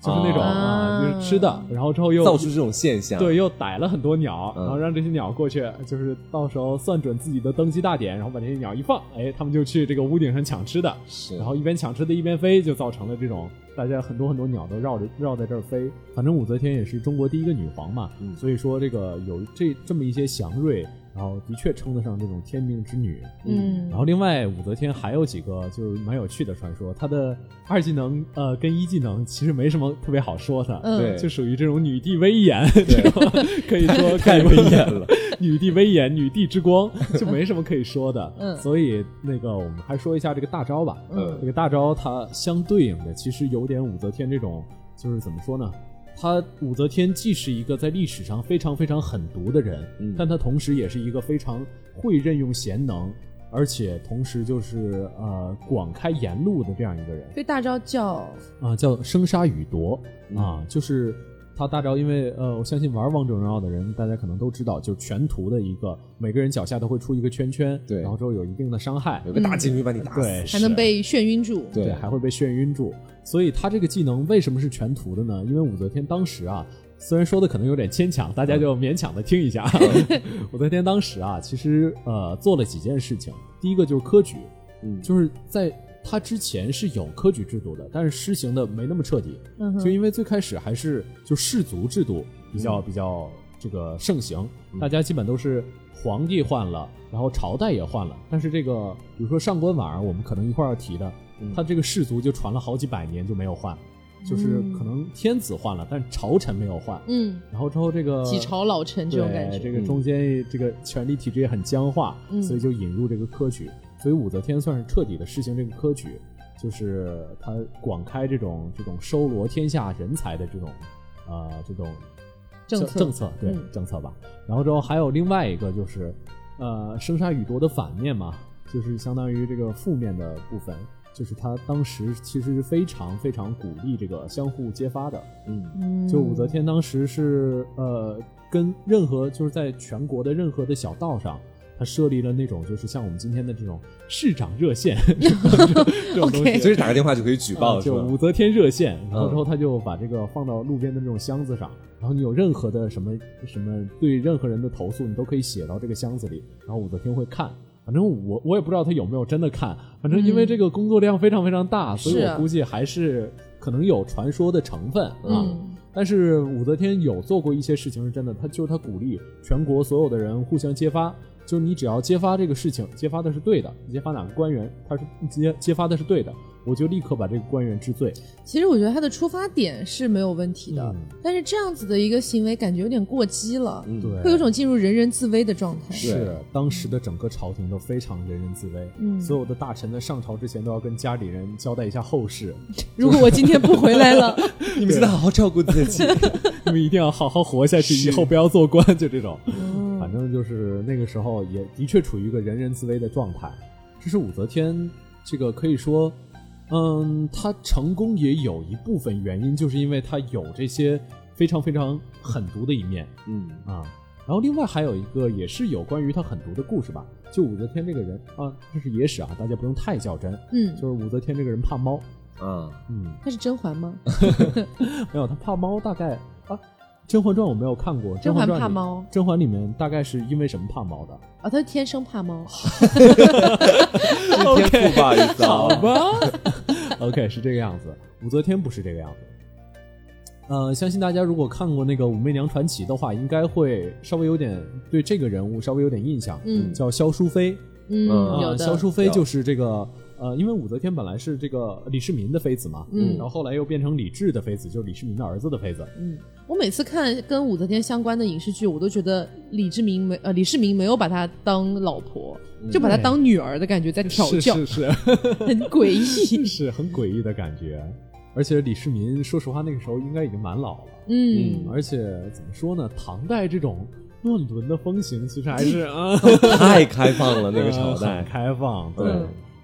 Speaker 1: 就是那
Speaker 2: 哦
Speaker 1: 种
Speaker 3: 啊
Speaker 1: 啊，就是吃的，然后之后又
Speaker 2: 造出这种现象。
Speaker 1: 对，又逮了很多鸟，
Speaker 2: 嗯
Speaker 1: 然后让这些鸟过去，就是到时候算准自己的登基大典，然后把这些鸟一放，哎，他们就去这个屋顶上抢吃的，
Speaker 2: 是，
Speaker 1: 然后一边抢吃的一边飞，就造成了这种大家很多很多鸟都绕着绕在这儿飞。反正武则天也是中国第一个女皇嘛，
Speaker 2: 嗯
Speaker 1: 所以说这个有这这么一些祥瑞，然后的确称得上这种天命之女。
Speaker 3: 嗯
Speaker 1: 然后另外武则天还有几个就是蛮有趣的传说，她的二技能呃跟一技能其实没什么特别好说的，
Speaker 3: 嗯
Speaker 2: 对
Speaker 1: 就属于这种女帝威严， [laughs] 这种可以说
Speaker 2: 太威严了，
Speaker 1: [laughs] 女帝威严，女帝之光就没什么可以说的。
Speaker 3: 嗯
Speaker 1: 所以那个我们还说一下这个大招吧。这
Speaker 2: 嗯
Speaker 1: 个大招它相对应的其实有点武则天这种，就是怎么说呢？她武则天既是一个在历史上非常非常狠毒的人，
Speaker 2: 嗯
Speaker 1: 但她同时也是一个非常会任用贤能，而且同时就是呃广开言路的这样一个人。
Speaker 3: 这大招叫
Speaker 1: 啊，叫生杀予夺
Speaker 2: 嗯
Speaker 1: 啊，就是他大招，因为呃，我相信玩王者荣耀的人，大家可能都知道，就是全图的一个，每个人脚下都会出一个圈圈，
Speaker 2: 对
Speaker 1: 然后之后有一定的伤害，
Speaker 2: 有个大金鱼把你打死。
Speaker 1: 对，
Speaker 3: 还能
Speaker 1: 是
Speaker 3: 被眩晕住。
Speaker 2: 对
Speaker 1: 对，还会被眩晕住。所以他这个技能为什么是全图的呢？因为武则天当时啊，虽然说的可能有点牵强，大家就勉强的听一下。武则天当时啊，其实呃做了几件事情，第一个就是科举，
Speaker 2: 嗯
Speaker 1: 就是在他之前是有科举制度的，但是施行的没那么彻底。
Speaker 3: 嗯
Speaker 1: 就
Speaker 3: 哼，
Speaker 1: 因为最开始还是就氏族制度比较比较这个盛行，大家基本都是皇帝换了，然后朝代也换了，但是这个比如说上官婉儿，我们可能一会儿要提的，他这个氏族就传了好几百年就没有换，就是
Speaker 3: 嗯
Speaker 1: 可能天子换了，但是朝臣没有换，
Speaker 3: 嗯，
Speaker 1: 然后之后这个
Speaker 3: 几朝老臣这种
Speaker 1: 对
Speaker 3: 感觉
Speaker 1: 这。个中间这个权力体制也很僵化，
Speaker 3: 嗯
Speaker 1: 所以就引入这个科举，所以武则天算是彻底的实行这个科举，就是她广开这种这种收罗天下人才的这种呃这种
Speaker 3: 政策
Speaker 1: 政策对、
Speaker 3: 嗯
Speaker 1: 政策吧。然后之后还有另外一个就是呃生杀予夺的反面嘛，就是相当于这个负面的部分。就是她当时其实是非常非常鼓励这个相互揭发的，
Speaker 2: 嗯
Speaker 3: 嗯
Speaker 1: 就武则天当时是呃，跟任何就是在全国的任何的小道上，她设立了那种就是像我们今天的这种市长热线 [laughs] 这种东
Speaker 3: [laughs] OK
Speaker 1: 西。
Speaker 2: 随时打个电话就可以举报，
Speaker 1: 啊
Speaker 2: 是
Speaker 1: 就
Speaker 2: 吧？嗯
Speaker 1: 武则天热线，然后之后她就把这个放到路边的那种箱子上，然后你有任何的什么什么对任何人的投诉，你都可以写到这个箱子里，然后武则天会看。反正我我也不知道她有没有真的看，反正因为
Speaker 3: 嗯
Speaker 1: 这个工作量非常非常大，所以
Speaker 3: 是
Speaker 1: 我估计还是可能有传说的成分啊。
Speaker 3: 嗯
Speaker 1: 但是武则天有做过一些事情是真的，她就是她鼓励全国所有的人互相揭发，就是你只要揭发这个事情，揭发的是对的，你揭发哪个官员，他是揭揭发的是对的，我就立刻把这个官员治罪。
Speaker 3: 其实我觉得他的出发点是没有问题的，
Speaker 1: 嗯
Speaker 3: 但是这样子的一个行为感觉有点过激了，
Speaker 2: 嗯
Speaker 1: 对，
Speaker 3: 会有种进入人人自危的状态。
Speaker 1: 是当时的整个朝廷都非常人人自危，
Speaker 3: 嗯
Speaker 1: 所有的大臣在上朝之前都要跟家里人交代一下后事， [laughs]
Speaker 3: 如果我今天不回来 [laughs] 了，
Speaker 2: 你们记得好好照顾自己。
Speaker 1: 你们一定要好好活下去，
Speaker 2: 是
Speaker 1: 以后不要做官，就这种。
Speaker 3: 嗯
Speaker 1: 反正就是那个时候也的确处于一个人人自危的状态。这是武则天，这个可以说，嗯，她成功也有一部分原因，就是因为她有这些非常非常狠毒的一面
Speaker 2: 嗯
Speaker 1: 啊。然后另外还有一个也是有关于她狠毒的故事吧，就武则天这个人啊，这是野史啊，大家不用太较真。
Speaker 3: 嗯，
Speaker 1: 就是武则天这个人怕猫，
Speaker 2: 啊，
Speaker 1: 嗯，
Speaker 3: 他是甄嬛 [laughs] 吗？
Speaker 1: 没有她怕猫，大概啊，《甄嬛传》我没有看过，《
Speaker 3: 甄
Speaker 1: 嬛
Speaker 3: 嬛
Speaker 1: 传》
Speaker 3: 怕
Speaker 1: 里
Speaker 3: 猫
Speaker 1: 甄嬛里面大概是因为什么怕猫的？
Speaker 3: 啊、他天生怕猫。
Speaker 2: 这天赋吧，一遭。
Speaker 1: 吧 [laughs] ，OK 是这个样子。武则天不是这个样子。呃，相信大家如果看过那个《武媚娘传奇》的话，应该会稍微有点对这个人物稍微有点印象，
Speaker 3: 嗯
Speaker 1: 叫萧淑妃。
Speaker 3: 嗯，
Speaker 2: 嗯
Speaker 1: 啊
Speaker 3: 有的。
Speaker 1: 萧淑妃就是这个呃，因为武则天本来是这个呃李世民的妃子嘛，
Speaker 3: 嗯
Speaker 1: 然后后来又变成李治的妃子，就是李世民的儿子的妃子。
Speaker 3: 嗯，我每次看跟武则天相关的影视剧，我都觉得李志明没呃李世民没有把她当老婆，就把她
Speaker 1: 对
Speaker 3: [laughs] 当女儿的感觉在调教，
Speaker 1: 嗯是是 [laughs]
Speaker 3: 很诡异。
Speaker 1: 是，是很诡异的感觉。而且李世民，说实话，那个时候应该已经蛮老了。
Speaker 3: 嗯，
Speaker 1: 而且怎么说呢，唐代这种乱伦的风行，其实还是啊呃
Speaker 2: 太开放 [laughs] 了那个朝
Speaker 1: 很
Speaker 2: 代。嗯
Speaker 1: 开放。对，
Speaker 2: 对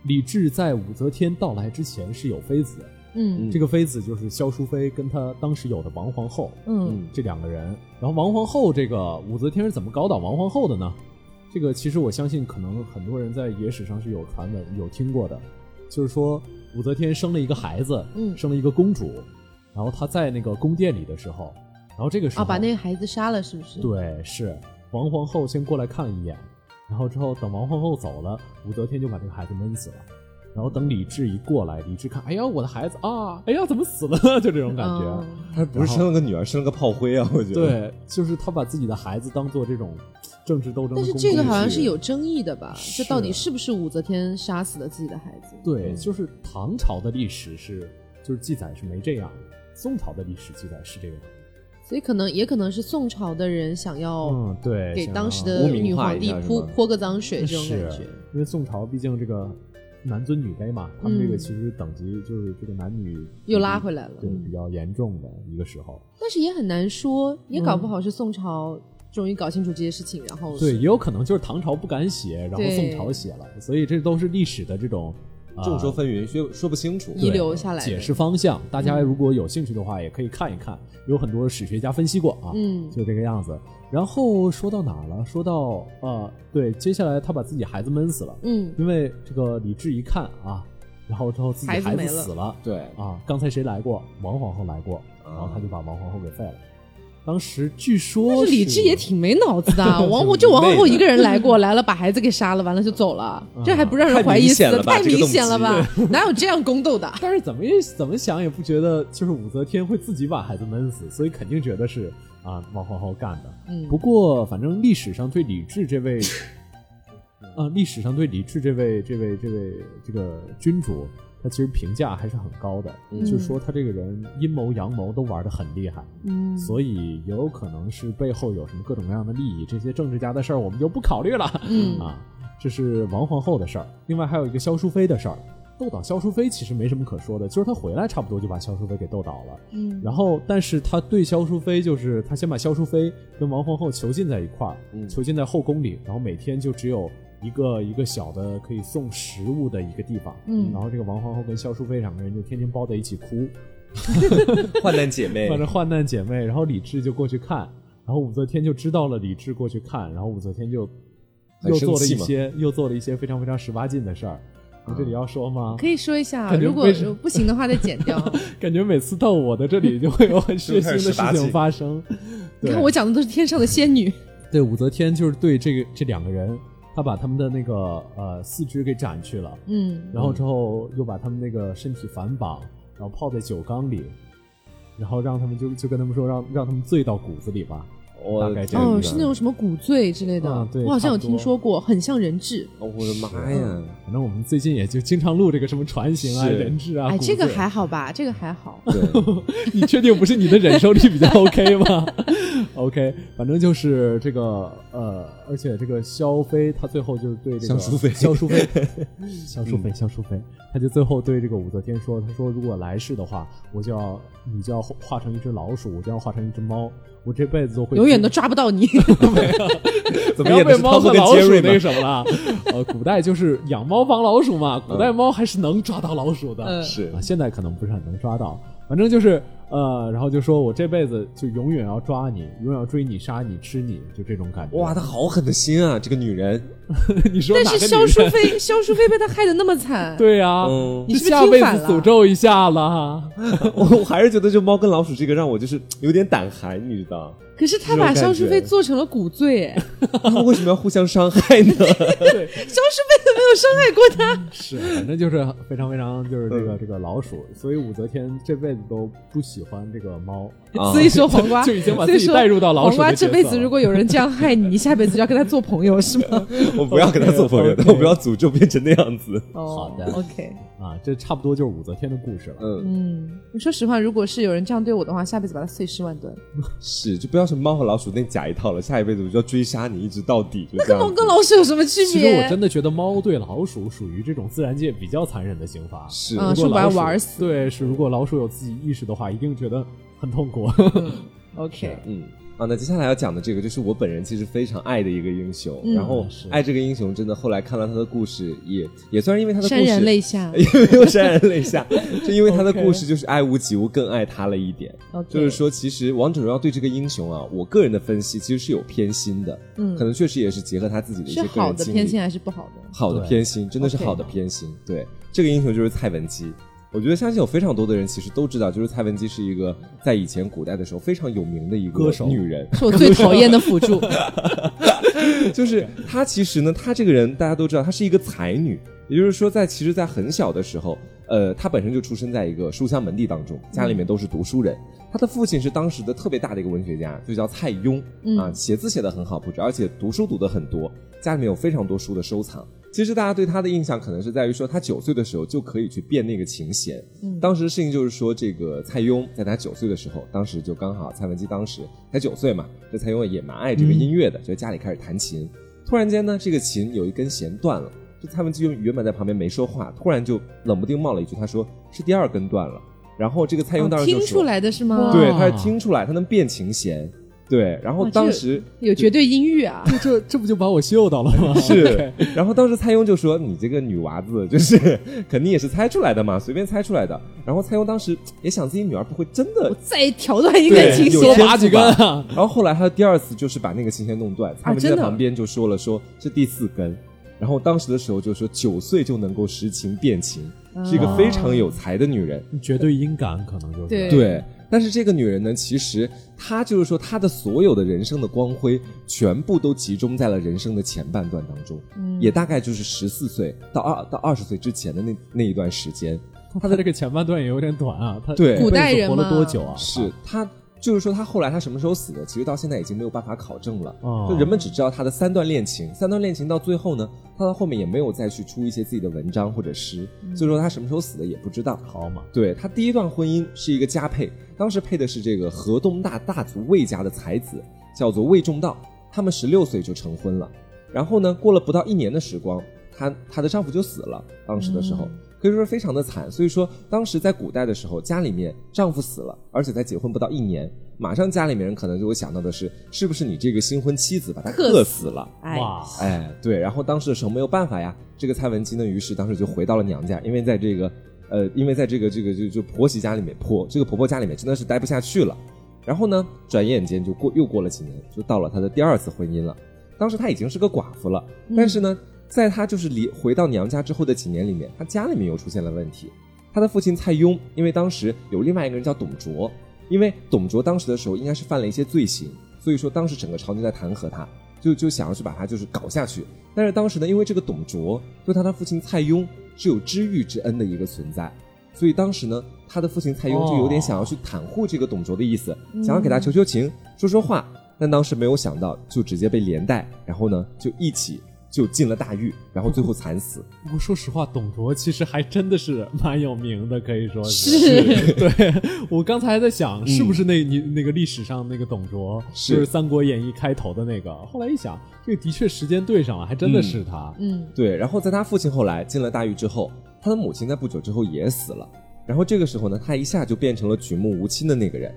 Speaker 1: 李治在武则天到来之前是有妃子，
Speaker 3: 嗯
Speaker 2: 嗯
Speaker 1: 这个妃子就是萧淑妃，跟她当时有的王皇后
Speaker 3: 嗯
Speaker 1: 这两个人。然后王皇后这个武则天是怎么搞倒王皇后的呢？这个其实我相信，可能很多人在野史上是有传闻、有听过的，就是说武则天生了一个孩子，
Speaker 3: 嗯
Speaker 1: 生了一个公主，然后她在那个宫殿里的时候，然后这个时候
Speaker 3: 啊，把那个孩子杀了是不是？，
Speaker 1: 对，是王皇后先过来看一眼，然后之后等王皇后走了，武则天就把这个孩子闷死了。然后等李治一过来，李治看，哎呀，我的孩子 [laughs] 啊，哎呀，怎么死了？就这种感觉。
Speaker 3: 嗯、
Speaker 2: 他不是生了个女儿，生了个炮灰啊！我觉得，
Speaker 1: 对，就是他把自己的孩子当做这种政治斗争的
Speaker 3: 但是
Speaker 1: 工
Speaker 3: 这个
Speaker 1: 具
Speaker 3: 好像是有争议的吧？
Speaker 1: 是
Speaker 3: 这到底是不是武则天杀死了自己的孩子？
Speaker 1: 对，
Speaker 2: 嗯
Speaker 1: 就是唐朝的历史是，就是记载是没这样的，宋朝的历史记载是这个样的。
Speaker 3: 所以可能也可能是宋朝的人想要
Speaker 1: 嗯，对，
Speaker 3: 给
Speaker 1: 想
Speaker 3: 当
Speaker 1: 要
Speaker 3: 时的
Speaker 2: 污名
Speaker 3: 女
Speaker 2: 化
Speaker 3: 皇
Speaker 2: 一
Speaker 3: 帝
Speaker 2: 下是
Speaker 3: 泼
Speaker 2: 吗
Speaker 3: 泼个脏水这种
Speaker 1: 是
Speaker 3: 感觉。
Speaker 1: 因为宋朝毕竟这个男尊女卑嘛，他们这个其实等级就是这个男女
Speaker 3: 嗯又拉回来了
Speaker 1: 对，比较严重的一个时候。
Speaker 3: 但是也很难说，也搞不好是宋朝终于搞清楚这些事情，然后
Speaker 1: 嗯对，也有可能就是唐朝不敢写，然后
Speaker 3: 对
Speaker 1: 宋朝写了，所以这都是历史的这种呃
Speaker 2: 众说纷纭，说说不清楚。
Speaker 3: 遗留下来的嗯
Speaker 1: 解释方向。大家如果有兴趣的话，也可以看一看，有很多史学家分析过啊，
Speaker 3: 嗯
Speaker 1: 就这个样子。然后说到哪儿了？说到呃，对，接下来他把自己孩子闷死了，
Speaker 3: 嗯
Speaker 1: 因为这个李治一看啊，然后之后自己
Speaker 3: 孩子
Speaker 1: 孩
Speaker 3: 没
Speaker 1: 子
Speaker 3: 了
Speaker 1: 死了
Speaker 2: 对，
Speaker 1: 啊，刚才谁来过？王皇后来过，然后
Speaker 2: 啊
Speaker 1: 他就把王皇后给废了。当时据
Speaker 3: 但
Speaker 1: 说
Speaker 3: 是李治也挺没脑子的啊，王后就王皇后一个人
Speaker 1: [laughs]
Speaker 3: 来过，来了把孩子给杀了，完了就走了，
Speaker 1: 啊
Speaker 3: 这还不让人怀疑死
Speaker 2: 太明显了吧
Speaker 3: 太明显了吧
Speaker 2: 这？
Speaker 1: [laughs]
Speaker 3: 哪有这样宫斗的？
Speaker 1: 但是怎么也怎么想也不觉得，就是武则天会自己把孩子闷死，所以肯定觉得是啊王皇后干的。
Speaker 3: 嗯
Speaker 1: 不过反正历史上对李治这位，啊历史上对李治这位这位这位这个君主，他其实评价还是很高的，就是说他这个人阴谋阳谋都玩的很厉害，
Speaker 3: 嗯，
Speaker 1: 所以也有可能是背后有什么各种各样的利益，这些政治家的事儿我们就不考虑了。
Speaker 3: 嗯
Speaker 1: 啊，这是王皇后的事儿，另外还有一个萧淑妃的事儿。斗倒萧淑妃其实没什么可说的，就是她回来差不多就把萧淑妃给斗倒了。
Speaker 3: 嗯
Speaker 1: 然后，但是她对萧淑妃就是她先把萧淑妃跟王皇后囚禁在一块儿，
Speaker 2: 嗯
Speaker 1: 囚禁在后宫里，然后每天就只有一个一个小的可以送食物的一个地方。
Speaker 3: 嗯
Speaker 1: 然后这个王皇后跟萧淑妃两个人就天天抱在一起哭，
Speaker 2: 患难
Speaker 1: [laughs]
Speaker 2: 姐妹
Speaker 1: 反，正患难姐妹，然后李治就过去看，然后武则天就知道了李治过去看，然后武则天就
Speaker 2: 很
Speaker 1: 又做了
Speaker 2: 生气嗯
Speaker 1: 一
Speaker 2: 吗
Speaker 1: 些又做了一些非常非常十八禁的事儿。你这里要说吗？
Speaker 3: 可以说一下，啊
Speaker 1: 感觉
Speaker 3: 如果
Speaker 1: 为什么
Speaker 3: 不行的话再剪
Speaker 1: [laughs]
Speaker 3: 掉。
Speaker 1: 感觉每次到我的这里就会有很血腥
Speaker 2: [laughs]
Speaker 1: 的
Speaker 2: 就开
Speaker 1: 事
Speaker 2: 始18
Speaker 1: 情
Speaker 2: 禁
Speaker 1: 发生。
Speaker 3: 你
Speaker 1: 对
Speaker 3: 看我讲的都是天上的
Speaker 1: [laughs]
Speaker 3: 仙女，
Speaker 1: 对武则天就是对这个这两个人，她把他们的那个呃四肢给斩去了，
Speaker 3: 嗯
Speaker 1: 然后之后又把他们那个身体反绑，然后泡在酒缸里，然后让他们就就跟他们说让让他们醉到骨子里吧。
Speaker 2: 我嗯
Speaker 1: 大概这样
Speaker 3: 哦，是那种什么骨醉之类的
Speaker 1: 啊，对
Speaker 3: 我好像有
Speaker 1: 差不多
Speaker 3: 听说过，很像人质。
Speaker 2: 哦我的妈呀！
Speaker 1: 反正我们最近也就经常录这个什么船型啊、
Speaker 2: 是
Speaker 1: 人质啊。
Speaker 3: 哎，
Speaker 1: 骨
Speaker 3: 这个
Speaker 1: 髓
Speaker 3: 还好吧？这个还好。
Speaker 2: 对，
Speaker 1: 你确定不是你的忍受力比较 OK 吗 [laughs] ？OK，反正就是这个呃，而且这个萧妃她最后就是对这个
Speaker 2: 萧淑妃
Speaker 1: 萧淑妃，萧淑妃，萧淑妃，她就最后对这个武则天说，她说如果来世的话，我就要你就要化成一只老鼠，我就要化成一只猫，我这辈子都会
Speaker 3: 永远都抓不
Speaker 1: [laughs]
Speaker 3: 到你，
Speaker 1: 不
Speaker 2: 怎么
Speaker 1: 要
Speaker 2: 演的
Speaker 1: 被
Speaker 2: 是
Speaker 1: 猫
Speaker 2: 汤姆
Speaker 1: 和
Speaker 2: 跟
Speaker 1: 老
Speaker 2: 杰
Speaker 1: 鼠
Speaker 2: 瑞
Speaker 1: 那个
Speaker 2: 吗？
Speaker 1: 什么了？
Speaker 2: [laughs]
Speaker 1: 呃，古代就是养猫防老鼠嘛，古代猫还是能抓到老鼠的。
Speaker 3: 嗯
Speaker 2: 嗯是
Speaker 1: 啊，现在可能不是很能抓到，反正就是呃，然后就说我这辈子就永远要抓你，永远要追你、杀你、吃你，就这种感觉。 [laughs]
Speaker 2: 哇，她好狠的心啊，这个女人。
Speaker 1: 你说
Speaker 3: 但
Speaker 1: 哪
Speaker 3: 是
Speaker 1: 个
Speaker 3: 萧
Speaker 1: 女
Speaker 3: 淑
Speaker 1: 人？
Speaker 3: [laughs] 妃，萧淑妃被他害得那么惨，
Speaker 1: 对呀、
Speaker 2: 嗯
Speaker 1: 这
Speaker 3: 你是不是
Speaker 1: 下
Speaker 3: 听
Speaker 1: 辈
Speaker 3: 反
Speaker 1: 子
Speaker 3: 了
Speaker 1: 诅咒一下
Speaker 2: [laughs]
Speaker 1: 了。
Speaker 2: 我我还是觉得就猫跟老鼠这个让我就是有点胆寒，你知道？
Speaker 3: 可是他把萧淑妃做成了骨
Speaker 1: [laughs]
Speaker 3: 醉，哎
Speaker 2: 他们为什么要互相伤害呢？
Speaker 3: 萧淑妃都没有伤害过他。
Speaker 1: 是，反正就是非常非常就是这
Speaker 2: 嗯
Speaker 1: 个这个老鼠，所以武则天这辈子都不喜欢这个猫。
Speaker 2: 啊
Speaker 3: 所以说黄
Speaker 1: [laughs]
Speaker 3: 瓜
Speaker 1: 就已经把
Speaker 3: 所以
Speaker 1: 自己
Speaker 3: 说
Speaker 1: 带入到老鼠
Speaker 3: 黄瓜
Speaker 1: 的角
Speaker 3: 这
Speaker 1: 色
Speaker 3: 辈子
Speaker 1: 了
Speaker 3: 如果有人这样害你，你下辈子就要跟他做朋友是
Speaker 1: [laughs]
Speaker 3: 吗？ [laughs]
Speaker 2: 我不要跟他做朋友，
Speaker 1: OK，OK
Speaker 2: 但我不要诅咒变成那样子。
Speaker 3: 哦
Speaker 1: 好的
Speaker 3: ，OK，
Speaker 1: 啊，这差不多就是武则天的故事了。
Speaker 2: 嗯，
Speaker 3: 嗯，我说实话，如果是有人这样对我的话，下辈子把他碎尸万段。
Speaker 2: 是，就不要什么猫和老鼠那假一套了，下一辈子我就要追杀你一直到底，就这
Speaker 3: 跟
Speaker 2: 样
Speaker 3: 猫
Speaker 2: 子
Speaker 3: 跟老鼠有什么区
Speaker 1: 其实我
Speaker 3: 别？
Speaker 1: 真的觉得猫对老鼠属于这种自然界比较残忍的刑罚。
Speaker 2: 是
Speaker 1: 如
Speaker 3: 嗯
Speaker 1: 果
Speaker 3: 是把
Speaker 1: 老
Speaker 3: 它
Speaker 1: 鼠
Speaker 3: 玩死
Speaker 1: 对，是如果老鼠有自己意识的话，一定觉得很痛苦。
Speaker 3: OK，
Speaker 2: 嗯啊，那接下来要讲的这个就是我本人其实非常爱的一个英雄，
Speaker 3: 嗯
Speaker 2: 然后
Speaker 1: 是
Speaker 2: 爱这个英雄真的后来看了他的故事也，也算是因为他
Speaker 1: 啊
Speaker 2: 的故事
Speaker 3: 潸然泪下。
Speaker 2: [laughs]
Speaker 1: 哎
Speaker 2: 也没有潸然泪
Speaker 3: [laughs]
Speaker 2: 下，是因为他的
Speaker 3: OK
Speaker 2: 故事就是爱屋及乌，更爱他了一点。
Speaker 3: OK
Speaker 2: 就是说，其实《王者荣耀》对这个英雄啊，我个人的分析其实是有偏心的，
Speaker 3: 嗯
Speaker 2: 可能确实也是结合他自己的一
Speaker 3: 是
Speaker 2: 些个
Speaker 3: 好
Speaker 2: 人
Speaker 3: 的
Speaker 2: 经
Speaker 3: 偏
Speaker 2: 历
Speaker 3: 心，还是不好
Speaker 1: [laughs]
Speaker 3: 的？
Speaker 2: 好的
Speaker 1: 对
Speaker 2: 偏心，真的是
Speaker 3: OK
Speaker 2: 好的偏心。对，这个英雄就是蔡文姬。我觉得相信有非常多的人其实都知道，就是蔡文姬是一个在以前古代的时候非常有名的一个
Speaker 1: 歌手
Speaker 2: 女
Speaker 1: [laughs]
Speaker 2: 人，
Speaker 3: 是我最讨厌的辅助。
Speaker 1: 哎
Speaker 2: 就是她其实呢，她这个人大家都知道，她是一个才女，也就是说在，其实，在很小的时候，呃，她本身就出生在一个书香门第当中，家里面都是读书人。她的父亲是当时的特别大的一个文学家，就叫蔡邕
Speaker 3: 嗯
Speaker 2: 啊，写字写得很好，不止，而且读书读得很多，家里面有非常多书的收藏。其实大家对她的印象可能是在于说，她九岁的时候就可以去变那个琴弦。
Speaker 3: 嗯
Speaker 2: 当时的事情就是说，这个蔡邕在她九岁的时候，当时就刚好蔡文姬当时才九岁嘛，这蔡邕也蛮爱这个
Speaker 1: 嗯
Speaker 2: 音乐的，就在家里开始弹琴。突然间呢，这个琴有一根弦断了，就蔡文姬原本在旁边没说话，突然就冷不丁冒了一句，他说是第二根断了。然后这个蔡邕当时就
Speaker 3: 哦听
Speaker 2: 说，
Speaker 3: 出来的是吗？
Speaker 2: 对，
Speaker 1: 哇
Speaker 2: 他是听出来，他能变琴弦。对，然后
Speaker 3: 哇这
Speaker 2: 当时
Speaker 3: 有绝对音域
Speaker 1: [laughs]
Speaker 3: 啊！
Speaker 1: [laughs] 这这这不就把我秀到了吗？ [laughs]
Speaker 2: 是，然后当时蔡邕就说：“你这个女娃子，就是 [laughs] 肯定也是猜出来的嘛，随便猜出来的。”然后蔡邕当时也想自己女儿不会真的
Speaker 3: 我，再挑断一根
Speaker 2: 对
Speaker 3: 琴
Speaker 1: 多
Speaker 2: 有天
Speaker 3: 弦
Speaker 2: 赋
Speaker 1: 拔几根
Speaker 2: 吧
Speaker 1: 啊！
Speaker 2: [laughs] 然后后来他第二次就是把那个琴弦弄断，蔡文姬在
Speaker 3: 啊真的
Speaker 2: 旁边就说了说：“这第四根。”然后当时的时候就说九岁就能够识琴辨琴，
Speaker 3: 啊
Speaker 2: 是一个非常有才的女人。
Speaker 1: 绝对音感可能就是
Speaker 3: 对
Speaker 2: 对，但是这个女人呢，其实她就是说，她的所有的人生的光辉，全部都集中在了人生的前半段当中，
Speaker 3: 嗯
Speaker 2: 也大概就是十四岁到二到二十岁之前的那那一段时间，
Speaker 1: 他的这个前半段也有点短啊，他
Speaker 2: 对
Speaker 1: 古
Speaker 3: 古代
Speaker 1: 代
Speaker 3: 人
Speaker 1: 活了
Speaker 3: 嘛
Speaker 1: 多久啊？
Speaker 2: 是她。就是说，她后来她什么时候死的，其实到现在已经没有办法考证了。
Speaker 1: 哦
Speaker 2: 就人们只知道她的三段恋情，三段恋情到最后呢，她到后面也没有再去出一些自己的文章或者诗，所以说她什么时候死的也不知道。
Speaker 1: 啊好嘛，
Speaker 2: 对他第一段婚姻是一个佳配，当时配的是这个河东大大族魏家的才子，叫做魏仲道。他们十六岁就成婚了，然后呢，过了不到一年的时光，她她的丈夫就死了。当时的时候，可以说是非常的惨。所以说，当时在古代的时候，家里面丈夫死了，而且才结婚不到一年，马上家里面人可能就会想到的是，是不是你这个新婚妻子把他
Speaker 3: 克
Speaker 2: 克死了？
Speaker 3: 哎，
Speaker 1: 哇，
Speaker 2: 哎，对，然后当时的时候没有办法呀，这个蔡文姬呢，于是当时就回到了娘家，因为在这个呃，因为在这个这个就就婆媳家里面，婆这个婆婆家里面真的是待不下去了。然后呢，转眼间就过又过了几年，就到了她的第二次婚姻了。当时她已经是个寡妇了，但是呢，在她就是离回到娘家之后的几年里面，她家里面又出现了问题。她的父亲蔡邕，因为当时有另外一个人叫董卓，因为董卓当时的时候应该是犯了一些罪行，所以说当时整个朝廷在弹劾他，就就想要去把他就是搞下去。但是当时呢，因为这个董卓对他的父亲蔡邕是有知遇之恩的一个存在，所以当时呢，他的父亲蔡邕就有点想要去袒护这个董卓的意思，想要给他求求情、说说话。但当时没有想到，就直接被连带，然后呢就一起就进了大狱，然后最后惨死。
Speaker 1: 不过说实话，董卓其实还真的是蛮有名的，可以说
Speaker 3: 是
Speaker 1: [laughs] 对我刚才在想，是不是那你那个历史上那个董卓，
Speaker 2: 嗯是
Speaker 1: 就是《三国演义》开头的那个？后来一想，这个的确时间对上了，还真的是他。
Speaker 3: 嗯，
Speaker 2: 对，然后在他父亲后来进了大狱之后，他的母亲在不久之后也死了。然后这个时候呢，他一下就变成了举目无亲的那个人。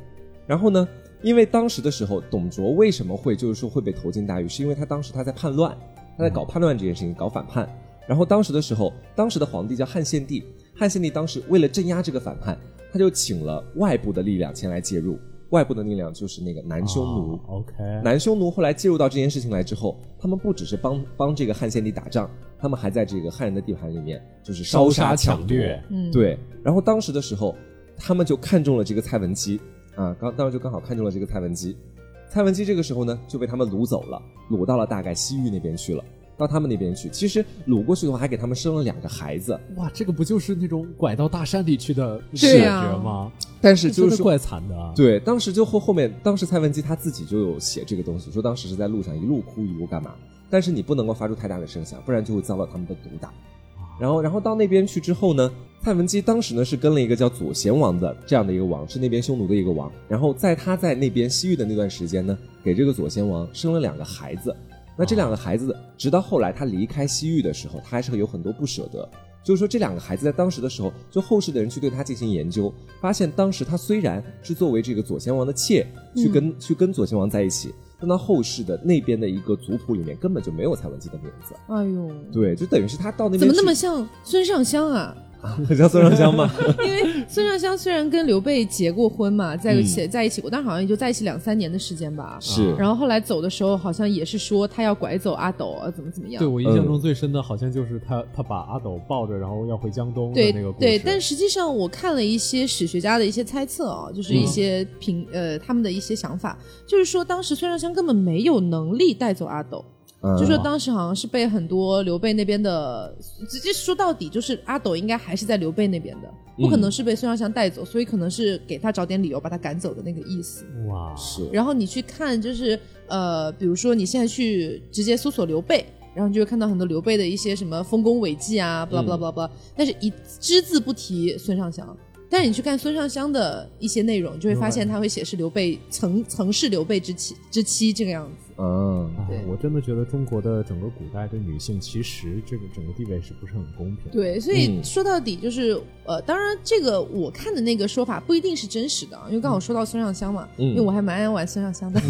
Speaker 2: 然后呢，因为当时的时候，董卓为什么会就是说会被投进大狱，是因为他当时他在叛乱，他在搞叛乱这件事情，搞反叛。然后当时的时候，当时的皇帝叫汉献帝，汉献帝当时为了镇压这个反叛，他就请了外部的力量前来介入。外部的力量就是那个南匈奴，
Speaker 1: 啊 OK，
Speaker 2: 南匈奴后来介入到这件事情来之后，他们不只是帮帮这个汉献帝打仗，他们还在这个汉人的地盘里面就是烧杀抢
Speaker 1: 抢
Speaker 2: 夺。
Speaker 1: 掠，
Speaker 3: 嗯
Speaker 2: 对，然后当时的时候，他们就看中了这个蔡文姬啊，刚当时就刚好看中了这个蔡文姬。蔡文姬这个时候呢，就被他们掳走了，掳到了大概西域那边去了，到他们那边去。其实掳过去的话，还给他们生了两个孩子，
Speaker 1: 哇，这个不就是那种拐到大山里去的
Speaker 3: 对
Speaker 1: 感
Speaker 3: 啊
Speaker 1: 觉吗？
Speaker 2: 但是就
Speaker 1: 真
Speaker 2: 是
Speaker 1: 的
Speaker 2: 说
Speaker 1: 怪惨的啊。
Speaker 2: 对，当时就后后面，当时蔡文姬她自己就有写这个东西，说当时是在路上一路哭一路干嘛，但是你不能够发出太大的声响，不然就会遭到他们的毒打。然后，然后到那边去之后呢，蔡文姬当时呢是跟了一个叫左贤王的这样的一个王，是那边匈奴的一个王。然后在他在那边西域的那段时间呢，给这个左贤王生了两个孩子。那这两个孩子，直到后来他离开西域的时候，他还是有很多不舍得。就是说，这两个孩子在当时的时候，就后世的人去对他进行研究，发现当时他虽然是作为这个左贤王的妾
Speaker 3: 嗯
Speaker 2: 去跟、去跟左贤王在一起，但到后世的那边的一个族谱里面根本就没有蔡文姬的名字。
Speaker 3: 哎呦，
Speaker 2: 对，就等于是他到那边
Speaker 3: 怎么那么
Speaker 2: 去
Speaker 3: 像孙尚香啊？
Speaker 2: [laughs] 很像孙尚香
Speaker 3: [laughs]
Speaker 2: 吗？
Speaker 1: 嗯
Speaker 3: 因为孙尚香虽然跟刘备结过婚嘛，在一起、在一起过，但好像也就在一起两三年的时间吧。
Speaker 2: 是
Speaker 3: 然后后来走的时候，好像也是说他要拐走阿斗啊，怎么怎么样
Speaker 1: 对。我印象
Speaker 2: 嗯
Speaker 1: 中最深的好像就是他他把阿斗抱着，然后要回江东的
Speaker 3: 对
Speaker 1: 那个故事。
Speaker 3: 对，但实际上我看了一些史学家的一些猜测啊、就是
Speaker 1: 嗯
Speaker 3: 一些评、呃他们的一些想法，就是说当时孙尚香根本没有能力带走阿斗，
Speaker 2: 嗯
Speaker 3: 就说当时好像是被很多刘备那边的，直接说到底就是阿斗应该还是在刘备那边的，不可能是被孙尚香带走，所以可能是给他找点理由把他赶走的那个意思。
Speaker 1: 哇，
Speaker 2: 是
Speaker 3: 然后你去看，就是呃，比如说你现在去直接搜索刘备，然后你就会看到很多刘备的一些什么丰功伟绩啊，巴拉巴拉巴拉巴拉，但是一只字不提孙尚香。但是你去看孙尚香的一些内容，你就会发现他会写是刘备曾曾是刘备之妻之妻这个样子。
Speaker 2: 啊，
Speaker 1: 哎
Speaker 3: 对，
Speaker 1: 我真的觉得中国的整个古代对女性其实这个整个地位是不是很公平？，
Speaker 3: 对，所以
Speaker 2: 嗯
Speaker 3: 说到底就是、呃，当然这个我看的那个说法不一定是真实的啊，因为刚好说到孙尚香嘛，
Speaker 2: 嗯
Speaker 3: 因为我还蛮爱玩孙尚
Speaker 2: [laughs]
Speaker 3: 香的。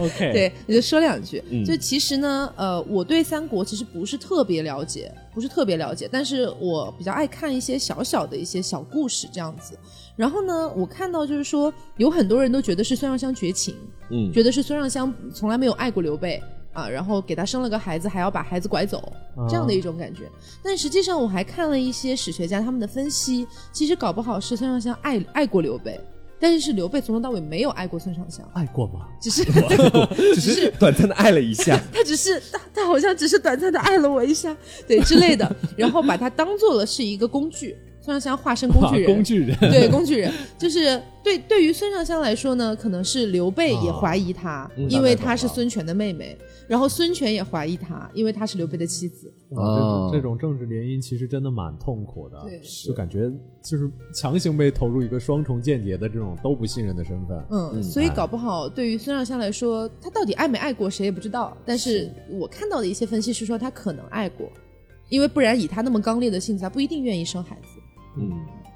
Speaker 1: ，OK，
Speaker 3: 对，我就说两句。
Speaker 2: 嗯
Speaker 3: 就其实呢，呃，我对三国其实不是特别了解，不是特别了解，但是我比较爱看一些小小的一些小故事这样子。然后呢，我看到就是说，有很多人都觉得是孙尚香绝情，
Speaker 2: 嗯，
Speaker 3: 觉得是孙尚香从来没有爱过刘备啊，然后给他生了个孩子，还要把孩子拐走，这样的一种感觉。但实际上，我还看了一些史学家他们的分析，其实搞不好是孙尚香爱爱过刘备，但是是刘备从头到尾没有爱过孙尚香。
Speaker 1: 爱过吗？
Speaker 3: 只是
Speaker 2: 只是短暂的爱了一下，
Speaker 3: [laughs] 他只是他他好像只是短暂的爱了我一下，对之类的，然后把他当做了是一个工具，孙尚香化身工具人，
Speaker 1: 啊工具人，
Speaker 2: [laughs]
Speaker 3: 对工具人，就是对对于孙尚香来说呢，可能是刘备也怀疑他，
Speaker 2: 嗯
Speaker 3: 因为她是孙权的妹妹，然后孙权也怀疑他，因为她是刘备的妻子，
Speaker 1: [laughs] 哇这种
Speaker 2: 啊
Speaker 1: 这种政治联姻其实真的蛮痛苦的，
Speaker 3: 对
Speaker 1: 就感觉就是强行被投入一个双重间谍的这种都不信任的身份。
Speaker 3: 嗯，
Speaker 2: 嗯
Speaker 3: 所以搞不好对于孙尚香来说，他到底爱没爱过谁也不知道，但是我看到的一些分析是说他可能爱过，因为不然以他那么刚烈的性子，他不一定愿意生孩子。
Speaker 2: 嗯，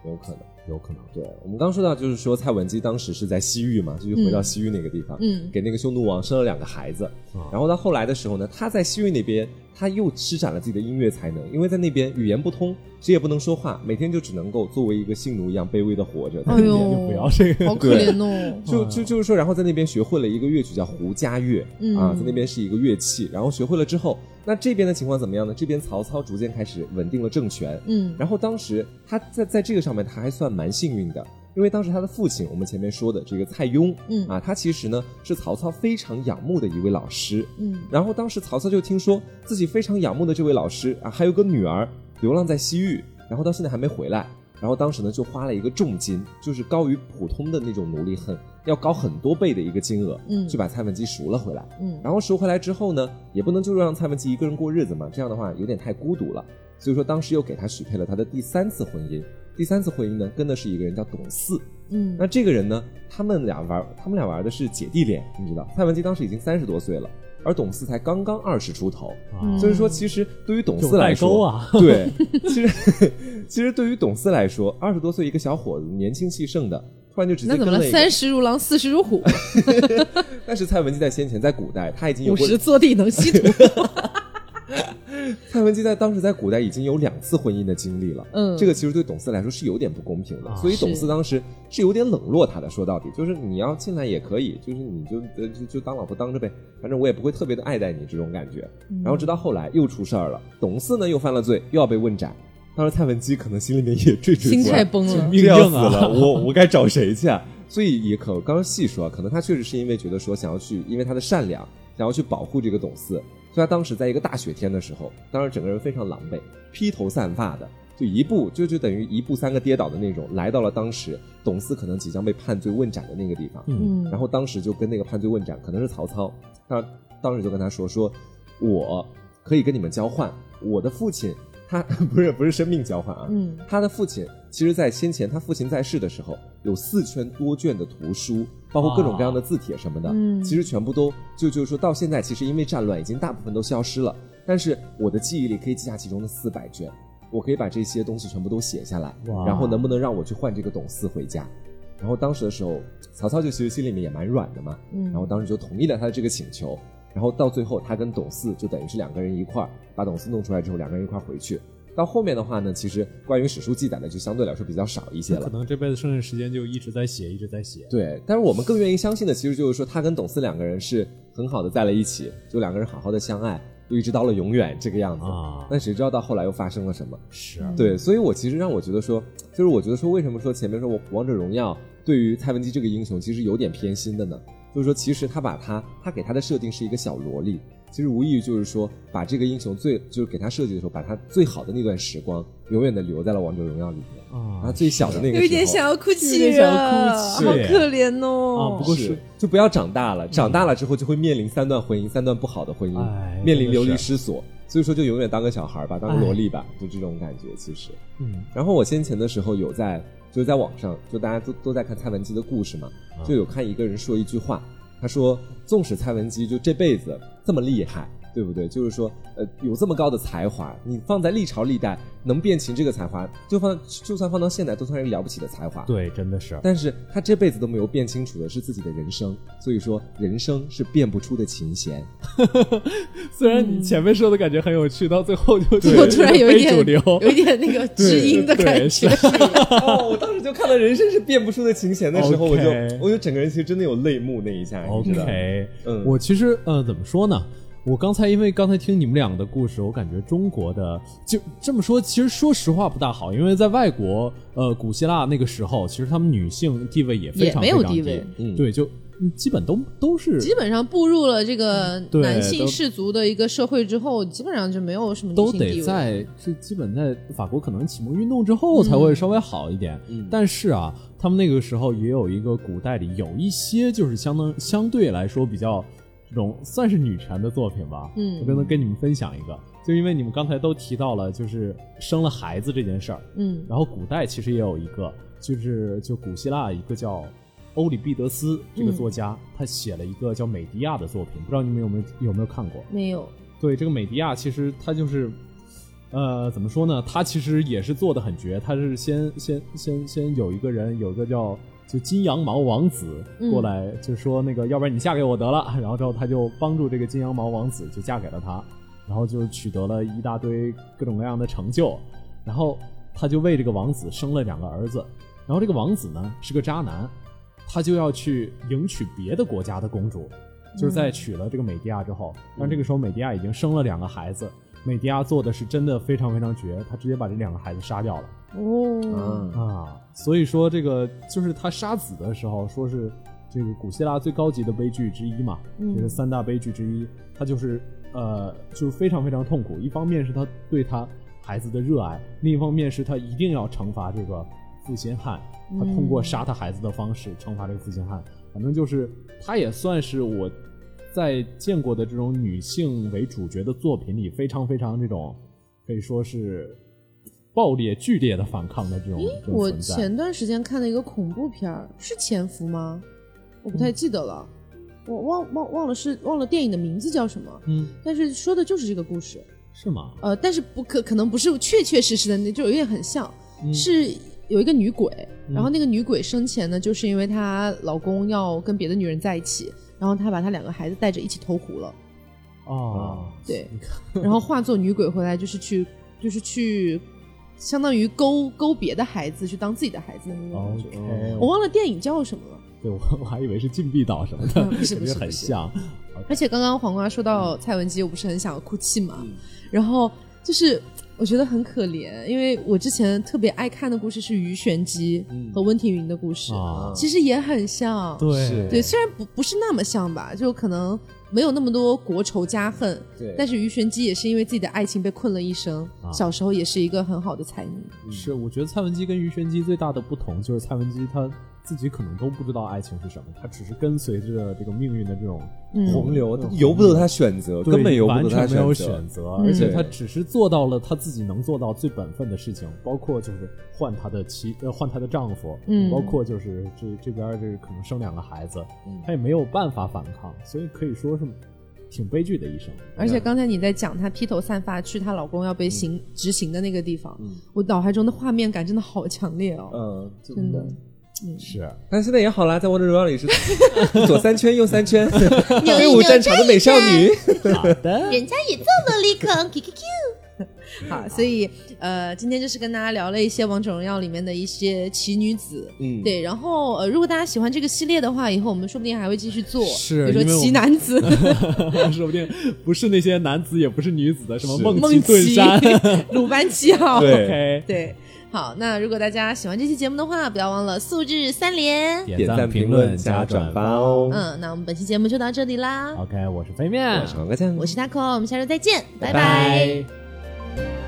Speaker 2: 有可能。
Speaker 1: 有可能。啊
Speaker 2: 对我们刚说到，就是说蔡文姬当时是在西域嘛，就是回到西域那个地方， [laughs]
Speaker 3: 嗯嗯
Speaker 2: 给那个匈奴王生了两个孩子。
Speaker 1: 啊
Speaker 2: 然后到后来的时候呢，他在西域那边，他又施展了自己的音乐才能，因为在那边语言不通，谁也不能说话，每天就只能够作为一个性奴一样卑微的活着。在那
Speaker 3: 哎
Speaker 2: 边
Speaker 3: 呦，
Speaker 1: 就不要这个
Speaker 3: 好可
Speaker 2: 对
Speaker 3: 怜哦。
Speaker 2: 就就就是说，然后在那边学会了一个乐曲叫胡笳乐，
Speaker 3: 嗯
Speaker 2: 啊，在那边是一个乐器。然后学会了之后，那这边的情况怎么样呢？这边曹操逐渐开始稳定了政权，
Speaker 3: 嗯，
Speaker 2: 然后当时他在在这个上面他还算蛮幸运的，因为当时他的父亲，我们前面说的这个蔡邕，
Speaker 3: 嗯
Speaker 2: 啊，他其实呢是曹操非常仰慕的一位老师，
Speaker 3: 嗯
Speaker 2: 然后当时曹操就听说自己非常仰慕的这位老师啊，还有个女儿流浪在西域，然后到现在还没回来。然后当时呢，就花了一个重金，就是高于普通的那种奴隶很要高很多倍的一个金额，
Speaker 3: 嗯
Speaker 2: 就把蔡文姬赎了回来。
Speaker 3: 嗯，
Speaker 2: 然后赎回来之后呢，也不能就让蔡文姬一个人过日子嘛，这样的话有点太孤独了。所以说当时又给她许配了她的第三次婚姻。第三次婚姻呢，跟的是一个人叫董四。
Speaker 3: 嗯
Speaker 2: 那这个人呢，他们俩玩，他们俩玩的是姐弟恋，你知道，蔡文姬当时已经三十多岁了，而董四才刚刚二十出头。
Speaker 3: 嗯
Speaker 1: 啊
Speaker 2: 所以说，其实对于董
Speaker 1: 有
Speaker 2: 四
Speaker 1: 代
Speaker 2: 来
Speaker 1: 沟
Speaker 2: 说，
Speaker 1: 啊，
Speaker 3: [laughs]
Speaker 2: 对，其实其实对于董四来说，二十多岁一个小伙子，年轻气盛的，突然就直接
Speaker 3: 那
Speaker 2: 跟
Speaker 3: 怎么了？
Speaker 2: 一个
Speaker 3: 三十如狼，四十
Speaker 2: [laughs]
Speaker 3: 如虎，
Speaker 2: 但是蔡文姬在先前在古代，他已经有
Speaker 3: 五
Speaker 2: 过
Speaker 3: 十坐地能吸
Speaker 2: [laughs]
Speaker 3: 土。
Speaker 2: 蔡文姬在当时在古代已经有两次婚姻的经历了，
Speaker 3: 嗯
Speaker 2: 这个其实对董四来说是有点不公平的，
Speaker 1: 啊
Speaker 2: 所以董
Speaker 3: 是
Speaker 2: 四当时是有点冷落他的。说到底，就是你要进来也可以，就是你就呃就就当老婆当着呗，反正我也不会特别的爱戴你这种感觉。
Speaker 3: 嗯
Speaker 2: 然后直到后来又出事儿了，董四呢又犯了罪，又要被问斩。当时蔡文姬可能心里面也惴惴
Speaker 3: 心
Speaker 2: 不
Speaker 3: 态
Speaker 2: 安，
Speaker 3: 崩了。
Speaker 1: 命
Speaker 2: 这
Speaker 1: 硬
Speaker 2: 要死
Speaker 1: 啊 [laughs]
Speaker 2: 了，我我该找谁去啊？所以也可刚刚细说啊，可能他确实是因为觉得说想要去，因为他的善良，想要去保护这个董四，所以他当时在一个大雪天的时候，当时整个人非常狼狈，披头散发的，就一步就就等于一步三个跌倒的那种，来到了当时董四可能即将被判罪问斩的那个地方。
Speaker 1: 嗯
Speaker 3: 嗯，
Speaker 2: 然后当时就跟那个判罪问斩，可能是曹操，他当时就跟他说说，我可以跟你们交换，我的父亲他 [laughs] 不是不是生命交换啊，
Speaker 3: 嗯
Speaker 2: 他的父亲其实，在先前他父亲在世的时候，有四圈多卷的图书，包括各种各样的字帖什么的，
Speaker 3: 嗯
Speaker 2: 其实全部都就就是说到现在，其实因为战乱，已经大部分都消失了。但是我的记忆里可以记下其中的四百卷，我可以把这些东西全部都写下来，
Speaker 1: 哇
Speaker 2: 然后能不能让我去换这个董四回家？然后当时的时候，曹操就其实心里面也蛮软的嘛，
Speaker 3: 嗯，
Speaker 2: 然后当时就同意了他的这个请求。然后到最后，他跟董四就等于是两个人一块儿把董四弄出来之后，两个人一块儿回去。到后面的话呢，其实关于史书记载的就相对来说比较少一些
Speaker 1: 可
Speaker 2: 了。
Speaker 1: 能这辈子剩下时间就一直在写，一直在写。
Speaker 2: 对，但是我们更愿意相信的，其实就是说他跟董四两个人是很好的在了一起，就两个人好好的相爱，就一直到了永远这个样子。
Speaker 1: 啊，
Speaker 2: 但谁知道到后来又发生了什么？
Speaker 1: 是
Speaker 2: 哎
Speaker 1: 啊
Speaker 2: 对，所以我其实让我觉得说，就是我觉得说，为什么说前面说我《王者荣耀》对于蔡文姬这个英雄其实有点偏心的呢？就是说，其实他把他他给他的设定是一个小萝莉，其实无异于就是说，把这个英雄最就是给他设计的时候，把他最好的那段时光永远的留在了《王者荣耀》里面，然后
Speaker 1: 啊
Speaker 2: 他最小的那个时候
Speaker 3: 有一点想要哭
Speaker 1: 有
Speaker 3: 泣
Speaker 1: 点想要
Speaker 3: 了，
Speaker 1: 哭泣
Speaker 3: 好可怜
Speaker 1: 啊
Speaker 3: 哦。
Speaker 1: 不过
Speaker 2: 是
Speaker 1: 是嗯
Speaker 2: 就不要长大了，长大了之后就会面临三段婚姻，三段不好的婚姻，
Speaker 1: 哎
Speaker 2: 面临流
Speaker 1: 真的
Speaker 2: 离
Speaker 1: 是哎
Speaker 2: 失所，所以说就永远当个小孩儿吧，当个萝莉吧，就这种感觉其实。
Speaker 1: 嗯
Speaker 2: 然后我先前的时候有在，就是在网上，就大家都都在看蔡文姬的故事嘛，
Speaker 1: 嗯
Speaker 2: 就有看一个人说一句话，他说：“纵使蔡文姬就这辈子这么厉害，对不对？就是说，呃，有这么高的才华，你放在历朝历代能辨秦这个才华，就放就算放到现在，都算是了不起的才华。
Speaker 1: 对，真的是
Speaker 2: 但是他这辈子都没有辨清楚的是自己的人生，所以说人生是辨不出的琴
Speaker 1: [laughs]
Speaker 2: 弦。
Speaker 1: [laughs] 虽然你前面说的感觉很有趣，到最后就
Speaker 3: [laughs] 我突然有一点
Speaker 1: 非主流。
Speaker 3: 有一点那个知音的感觉
Speaker 1: 对。对是
Speaker 2: 哦，我当时就看到人生是辨不出的琴弦的时候，我就
Speaker 1: OK
Speaker 2: 我就整个人其实真的有泪目那一下，你知道吗？
Speaker 1: OK，
Speaker 2: 嗯
Speaker 1: 我其实呃，怎么说呢？我刚才因为刚才听你们俩的故事，我感觉中国的就这么说，其实说实话不大好，因为在外国，呃，古希腊那个时候，其实他们女性地位也非常
Speaker 3: 也没有
Speaker 1: 非常低
Speaker 3: 地位
Speaker 2: 嗯
Speaker 1: 对，就嗯基本都都是
Speaker 3: [laughs] 基本上步入了这个
Speaker 1: 对
Speaker 3: 男性
Speaker 1: 都
Speaker 3: 氏族的一个社会之后，基本上就没有什么女
Speaker 1: 都
Speaker 3: 性地
Speaker 1: 得
Speaker 3: 位。嗯
Speaker 1: 在这基本在法国可能启蒙运动之后才会稍微好一点，
Speaker 2: 嗯
Speaker 1: 但是啊，他们那个时候也有一个古代里有一些就是相当相对来说比较这种算是女权的作品吧，
Speaker 3: 嗯
Speaker 1: 我可能跟你们分享一个，就因为你们刚才都提到了就是生了孩子这件事儿，
Speaker 3: 嗯
Speaker 1: 然后古代其实也有一个，就是就古希腊一个叫欧里庇得斯这
Speaker 3: 嗯
Speaker 1: 个作家，他写了一个叫《美狄亚》的作品，不知道你们有没有有没有看过？
Speaker 3: 没有，
Speaker 1: 对，这个美狄亚其实他就是，呃，怎么说呢？他其实也是做的很绝，他是先先先先有一个人，有一个叫就金羊毛王子
Speaker 3: 嗯
Speaker 1: 过来，就说那个要不然你嫁给我得了， [laughs] 然后之后他就帮助这个金羊毛王子就嫁给了他，然后就取得了一大堆各种各样的成就，然后他就为这个王子生了两个儿子，然后这个王子呢是个渣男，他就要去迎娶别的国家的公主，就是在娶了这个美狄亚之后，但这个时候美狄亚已经生了两个孩子，美狄亚做的是真的非常非常绝，他直接把这两个孩子杀掉了
Speaker 3: 哦，
Speaker 2: 啊，
Speaker 1: 啊，所以说这个就是他杀子的时候说是这个古希腊最高级的悲剧之一嘛，
Speaker 3: 嗯
Speaker 1: 就是三大悲剧之一，他就是呃就是非常非常痛苦，一方面是他对他孩子的热爱，另一方面是他一定要惩罚这个负心汉，他通过
Speaker 3: 嗯
Speaker 1: 杀他孩子的方式惩罚这个负心汉，反正就是他也算是我在见过的这种女性为主角的作品里非常非常这种可以说是爆裂剧烈的反抗的这种这种
Speaker 3: 我
Speaker 1: 存在。
Speaker 3: 前段时间看了一个恐怖片儿，是《潜伏》吗？我不太记得了，我忘忘忘了是忘了电影的名字叫什么，
Speaker 1: 嗯，
Speaker 3: 但是说的就是这个故事。
Speaker 1: 是吗？
Speaker 3: 呃，但是不可可能不是确确实实的，那就有点很像，
Speaker 1: 嗯
Speaker 3: 是有一个女鬼，
Speaker 1: 嗯
Speaker 3: 然后那个女鬼生前呢，就是因为她老公要跟别的女人在一起，然后她把她两个孩子带着一起
Speaker 1: [laughs]
Speaker 3: 投湖了，
Speaker 1: 哦，
Speaker 3: 对，然后化作女鬼回来就是去就是去，相当于勾勾别的孩子去当自己的孩子的那种感觉。
Speaker 1: 哦 OK，
Speaker 3: 我忘了电影叫什么了，
Speaker 1: 对我我还以为是禁闭岛什么的，
Speaker 3: 嗯不是
Speaker 1: [laughs] 感觉
Speaker 3: 不是
Speaker 1: 很
Speaker 3: 不是
Speaker 1: 像。
Speaker 3: 而且刚刚黄瓜说到蔡文姬，我不是很想哭泣嘛，
Speaker 2: 嗯
Speaker 3: 然后就是我觉得很可怜，因为我之前特别爱看的故事是鱼玄机
Speaker 2: 嗯
Speaker 3: 和温庭筠的故事，
Speaker 1: 啊
Speaker 3: 其实也很像，
Speaker 1: 对
Speaker 2: 是
Speaker 3: 对，虽然不不是那么像吧，就可能没有那么多国仇家恨，
Speaker 2: 对
Speaker 3: 但是鱼玄机也是因为自己的爱情被困了一生，
Speaker 1: 啊
Speaker 3: 小时候也是一个很好的才女，
Speaker 1: 是，我觉得蔡文姬跟鱼玄机最大的不同就是蔡文姬她自己可能都不知道爱情是什么，他只是跟随着这个命运的这种
Speaker 3: 嗯
Speaker 2: 洪流
Speaker 1: 嗯
Speaker 2: 由不得他选择，
Speaker 1: 对
Speaker 2: 根本由不
Speaker 1: 完
Speaker 2: 得他
Speaker 1: 全没有
Speaker 2: 选择
Speaker 1: 选。择，
Speaker 3: 嗯
Speaker 1: 而且他只是做到了他自己能做到最本分的事情，包括就是换他的妻，呃，换他的丈夫，
Speaker 3: 嗯
Speaker 1: 包括就是这这边儿这可能生两个孩子，
Speaker 2: 嗯
Speaker 1: 他也没有办法反抗，所以可以说是挺悲剧的一生。
Speaker 3: 而且刚才你在讲她披头散发去她老公要被刑执行的那个地方
Speaker 2: 嗯，
Speaker 3: 我脑海中的画面感真的好强烈哦，
Speaker 2: 嗯，就
Speaker 3: 真的。
Speaker 1: 是，
Speaker 2: 但现在也好啦，在《王者荣耀》里是 [laughs] 左三圈右三圈， [laughs]
Speaker 4: 扭一
Speaker 2: 飞舞
Speaker 4: 扭
Speaker 2: 战场的美少女。
Speaker 1: 好的，
Speaker 4: 人家也这么立刻 Q Q Q。
Speaker 1: 嗯
Speaker 3: 好，所以呃，今天就是跟大家聊了一些《王者荣耀》里面的一些奇女子。
Speaker 2: 嗯，
Speaker 3: 对，然后呃，如果大家喜欢这个系列的话，以后我们说不定还会继续做，
Speaker 1: 是
Speaker 3: 比如
Speaker 1: 因为
Speaker 3: 说
Speaker 1: 我
Speaker 3: 奇
Speaker 1: 们
Speaker 3: 男子、
Speaker 1: [laughs] 说不定不是那些男子，也不是女子的什么 [laughs]
Speaker 2: 是
Speaker 1: 梦
Speaker 3: 梦
Speaker 1: 顿
Speaker 3: 琪 [laughs]
Speaker 1: 山。
Speaker 3: 鲁班七号。
Speaker 2: 对
Speaker 1: OK，
Speaker 3: 对好，那如果大家喜欢这期节目的话，不要忘了素质三连。
Speaker 2: 点赞、评论、加转发。哦。
Speaker 3: 嗯，那我们本期节目就到这里啦，
Speaker 1: OK，我是飞面，
Speaker 2: 我是王哥酱，
Speaker 3: 我是 Taco，我们下周再见，拜
Speaker 2: 拜
Speaker 3: 拜
Speaker 2: 拜